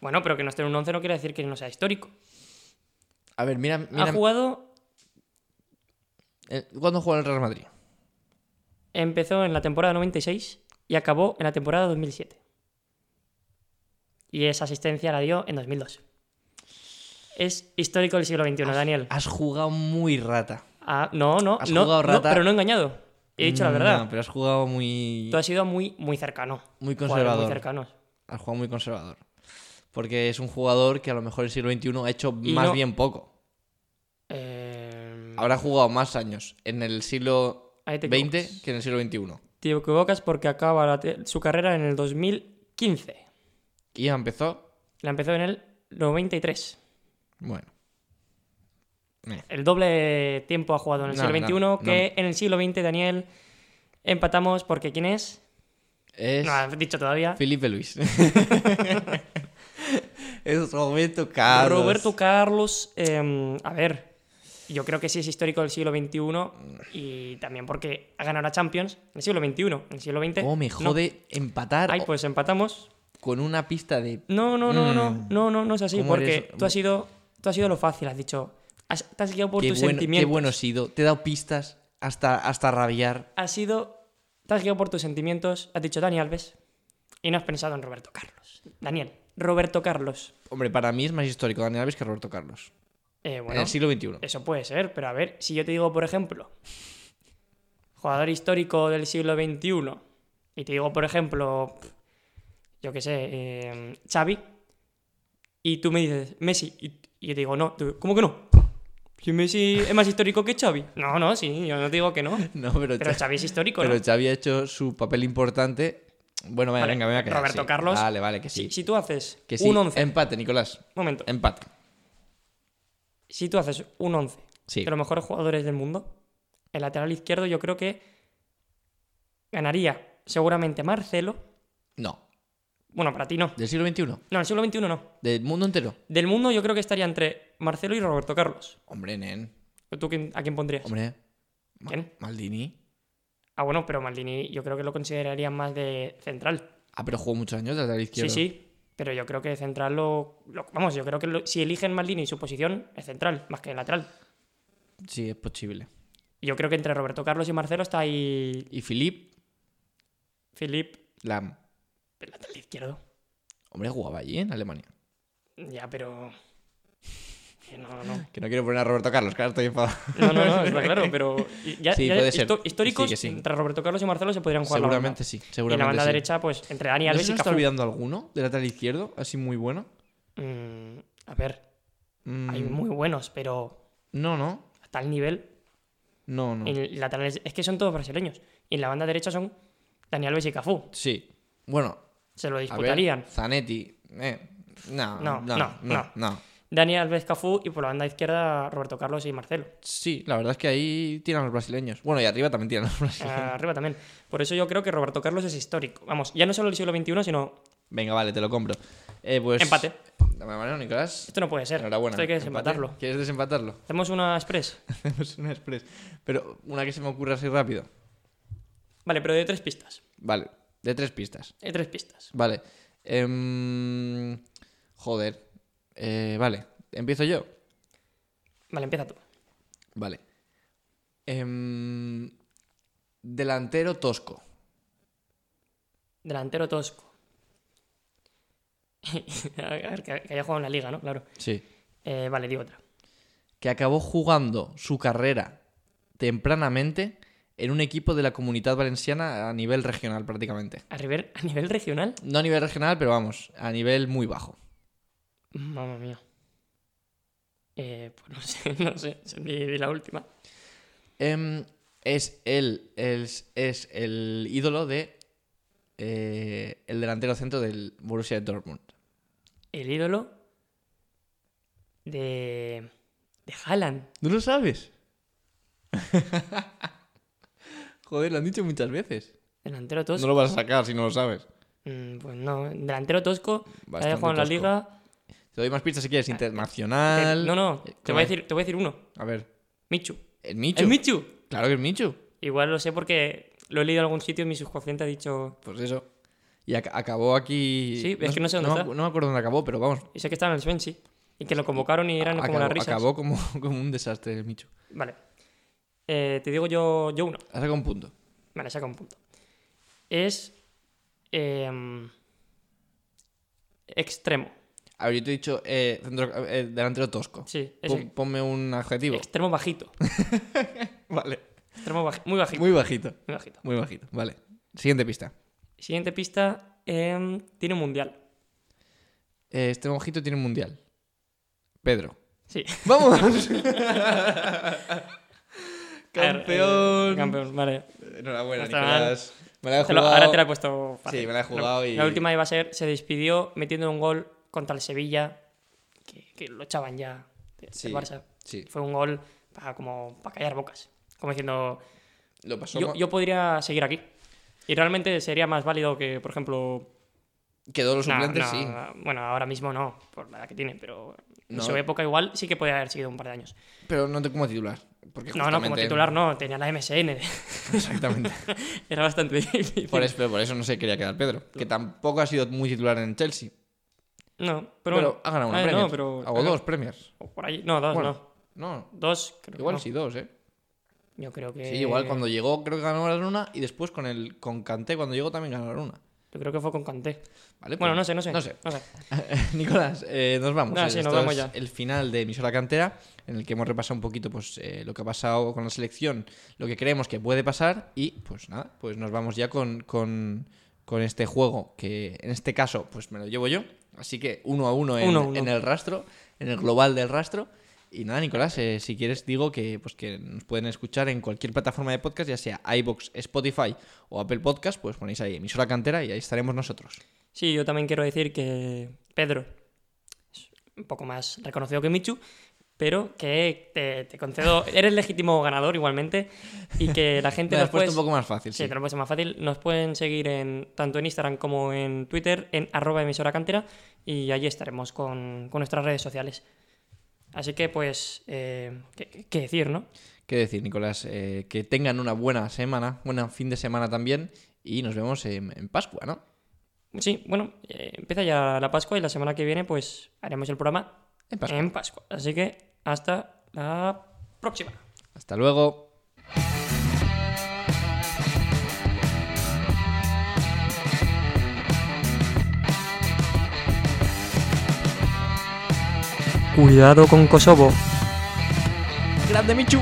Bueno, pero que no esté en un 11 no quiere decir que no sea histórico.
A ver, mira,
Ha
mira
jugado,
eh, ¿cuándo jugó en el Real Madrid?
empezó en la temporada 96 y acabó en la temporada 2007. Y esa asistencia la dio en 2002. Es histórico del siglo XXI, Daniel.
Has jugado muy rata.
Ah, no, no,
has
no,
jugado
no,
rata.
pero no he engañado. He dicho la
Mm, No,
verdad.
pero has jugado muy,
Tú has sido muy, muy cercano.
muy
Jugadores
conservador.
Muy cercanos.
Has jugado muy conservador. Porque es un jugador que a lo mejor el siglo XXI ha hecho
Y
más
no-
bien poco.
Eh,
Habrá jugado más años en el siglo
ahí te
XX
equivocas.
que en el siglo XXI.
Te equivocas porque acaba la te- su carrera en el 2015.
Y empezó,
La empezó en el 93.
bueno,
El doble tiempo ha jugado en el
No,
siglo
no,
XXI
no.
que en el siglo XX, Daniel. Empatamos porque ¿quién es?
es
No has dicho todavía.
Felipe Luis. es Roberto Carlos.
Roberto Carlos, eh, a ver, yo creo que sí es histórico del siglo XXI y también porque ha ganado la Champions en el siglo XXI, en el siglo XX.
¿Cómo Oh, me
no.
jode empatar
Ay, pues empatamos.
con una pista de...
No, no, no, no,
Mm.
no, no, no es así,
¿Cómo
porque
eres?
tú has sido, tú has sido lo fácil, has dicho, has, te has guiado por
Qué
tus
bueno, qué
sentimientos,
bueno he sido. Te he dado pistas hasta, hasta rabiar.
has sido, te has guiado por tus sentimientos, has dicho Dani Alves y no has pensado en Roberto Carlos. Daniel, Roberto Carlos.
Hombre, para mí es más histórico Daniel Alves que Roberto Carlos.
Eh,
en
bueno,
el siglo XXI.
Eso puede ser, pero a ver, si yo te digo, por ejemplo, jugador histórico del siglo XXI, y te digo, por ejemplo, pf, yo qué sé, eh, Xavi, y tú me dices, Messi, y, y yo te digo, no, tú, ¿cómo que no? Si Messi es más histórico que Xavi. No, no, sí, yo no te digo que no.
No, pero,
Pero
Xavi-
Xavi es histórico, ¿no?
pero Xavi ha hecho su papel importante. Bueno, vaya,
Vale,
venga, me voy a quedar,
Roberto
sí.
Carlos.
Vale, vale, que sí.
Si, si tú haces
Que sí. Em,
un 11,
Empate, Nicolás.
momento,
Empate.
si tú haces un 11
Sí.
de los mejores jugadores del mundo, el lateral izquierdo yo creo que ganaría seguramente Marcelo.
No.
Bueno, para ti no.
Del siglo XXI.
No, el siglo XXI no.
Del mundo entero.
Del mundo yo creo que estaría entre Marcelo y Roberto Carlos.
Hombre, nen.
¿Tú quién- a quién pondrías?
Hombre. Ma-
¿Quién?
Maldini.
Ah, bueno, pero Maldini yo creo que lo considerarían más de central.
Ah, pero jugó muchos años de lateral izquierdo.
Sí, sí. Pero yo creo que central lo... lo- vamos, yo creo que lo- si eligen Maldini su posición es central, más que lateral.
Sí, es posible.
Y Yo creo que entre Roberto Carlos y Marcelo está ahí
Y Philip
Filip,
Lam.
el lateral izquierdo.
Hombre, jugaba allí en Alemania.
Ya, pero... que No, no,
Que no quiero poner a Roberto Carlos, claro, estoy enfadado.
no, no, no, está claro, pero ya,
Sí,
ya
puede ser.
histo- históricos
Sí que sí.
entre Roberto Carlos y Marcelo se podrían jugar la banda.
Seguramente sí,
Y en
seguramente
la banda
sí.
derecha, pues entre Dani
¿No
Alves
se
y
nos está
Cafú.
olvidando alguno de lateral izquierdo? Así muy bueno.
Mm, a ver,
Mm,
hay muy buenos, pero
No, no.
a tal nivel.
No, no.
en el lateral es, es que son todos brasileños. Y en la banda derecha son Dani Alves y Cafú.
Sí. Bueno,
Se lo
a ver,
disputarían.
Zanetti. eh, No,
No,
no, no,
no,
no,
no.
no.
Dani Alves, Cafú y por la banda izquierda Roberto Carlos y Marcelo.
Sí, la verdad es que ahí tiran los brasileños. Bueno, y arriba también tiran los brasileños.
Ah, Arriba también. Por eso yo creo que Roberto Carlos es histórico. Vamos, ya no solo del siglo XXI, sino...
Venga, vale, te lo compro. Eh, pues...
Ah. Empate.
Dame la mano, Nicolás.
Esto no puede ser.
Enhorabuena.
Esto hay que
Empate.
desempatarlo.
¿Quieres desempatarlo?
Hacemos una express.
Hacemos una express. Pero una que se me ocurra así rápido.
Vale, pero de tres pistas.
Vale, de tres pistas.
De tres pistas.
Vale. Em, joder. Eh, vale, empiezo yo.
Vale, empieza tú.
Vale. Em, delantero tosco.
Delantero tosco. a ver, que, que haya jugado en la liga, ¿no? Claro.
Sí.
Eh, vale, digo otra.
Que acabó jugando su carrera tempranamente en un equipo de la comunidad valenciana a nivel regional prácticamente.
¿A nivel, a nivel regional?
No a nivel regional, pero vamos, a nivel muy bajo.
Mamma mía. Eh, pues no sé, no sé. Di, di la última.
Em, es, el, es, es el ídolo de eh, el delantero centro del Borussia Dortmund.
El ídolo de. de Haaland.
¿No lo sabes? Joder, lo han dicho muchas veces.
Delantero tosco.
No lo vas a sacar si no lo sabes.
Mm, pues no, delantero tosco. que
Bastante
haya jugado en la
tosco.
liga.
Te doy más pistas si quieres.
Te-
Internacional.
no, no,
Eh,
te
¿qué
voy, a
más?
decir, te voy a decir uno.
A ver.
Michu.
El Michu.
¡El Michu!
Claro que el Michu.
Igual lo sé porque lo he leído en algún sitio y mi subconsciente ha dicho.
Pues eso. Y ac- acabó aquí.
Sí, es que no sé dónde
me
está.
acu- No me acuerdo dónde acabó, pero vamos.
Y sé que estaba en el Swansea. Y que lo convocaron y eran como
Ah, acabó,
las risas.
acabó como, como un desastre el Michu.
Vale. Eh, te digo yo, yo uno.
Ha sacado un punto.
Vale, saca un punto. Es. em, extremo.
A ver, yo te he dicho eh, centro- eh, delantero tosco.
Sí, es
Pon- ponme un adjetivo.
extremo bajito.
Vale.
Extremo baji- muy bajito.
Muy bajito.
muy bajito.
Muy bajito. Vale. Siguiente pista.
Siguiente pista. em, tiene un mundial.
eh, este mojito tiene un mundial. Pedro.
Sí.
¡Vamos!
A ver, eh,
campeón.
campeón, vale.
Enhorabuena,
Hasta
Nicolás. Me la he
Te lo-
jugado.
ahora te la he puesto fácil.
Sí, me la he jugado y-
La última iba a ser, se despidió metiendo un gol contra el Sevilla, que, que lo echaban ya de- del
Sí.
Barça.
Sí,
Fue un gol para, como, para callar bocas. Como diciendo,
lo pasó.
yo,
ma-
yo podría seguir aquí. Y realmente sería más válido que, por ejemplo...
Quedó los
no,
suplentes,
no,
sí.
Bueno, ahora mismo no, por la edad que tiene, pero en
No.
su época igual sí que podía haber seguido un par de años.
Pero no te como titular. Porque
No, no, como
justamente-
titular no, tenía la MSN.
Exactamente.
Era bastante difícil.
Por eso, pero por eso no se quería quedar Pedro. Que tampoco ha sido muy titular en el Chelsea.
No, pero,
Pero,
bueno,
ha ganado una
eh,
Premier.
no, pero-
o dos Premiers.
o por allí. No, dos,
Bueno.
no.
No,
Dos, creo que
igual
no. Eh.
sí, dos, ¿eh?
Yo creo que.
Sí, igual cuando llegó creo que ganaron una y después con el con Kanté cuando llegó también ganaron una.
Yo creo que fue con Canté.
¿Vale?
Bueno,
Pues-
no sé, no sé.
No sé. Nicolás, eh, nos vamos.
Ah,
Eh,
sí, nos
Esto
vamos
es
ya.
el final de Emisora Cantera, en el que hemos repasado un poquito pues, eh, lo que ha pasado con la selección, lo que creemos que puede pasar y pues nada, pues nos vamos ya con, con, con este juego que en este caso pues me lo llevo yo. Así que uno a uno en,
Uno a uno.
en el rastro, en el global del rastro. Y nada, Nicolás, eh, si quieres digo que, pues, que nos pueden escuchar en cualquier plataforma de podcast, ya sea iBox, Spotify o Apple Podcast, pues ponéis ahí emisora cantera y ahí estaremos nosotros.
Sí, yo también quiero decir que Pedro es un poco más reconocido que Michu, pero que te, te concedo. Eres legítimo ganador igualmente y que la gente
Me lo
nos
has puesto
puede.
un poco más fácil.
pues, Sí, te lo he puesto más fácil. Nos pueden seguir en tanto en Instagram como en Twitter, en arroba emisora cantera, y allí estaremos con, con nuestras redes sociales. Así que, pues, eh, ¿qué, qué decir, no?
¿Qué decir, Nicolás? Eh, que tengan una buena semana, buen fin de semana también y nos vemos en, en Pascua, ¿no?
Sí, bueno, eh, empieza ya la Pascua y la semana que viene, pues, haremos el programa
En Pascua.
en Pascua. Así que, hasta la próxima.
Hasta luego.
Cuidado con Kosovo.
¡Grande Michu!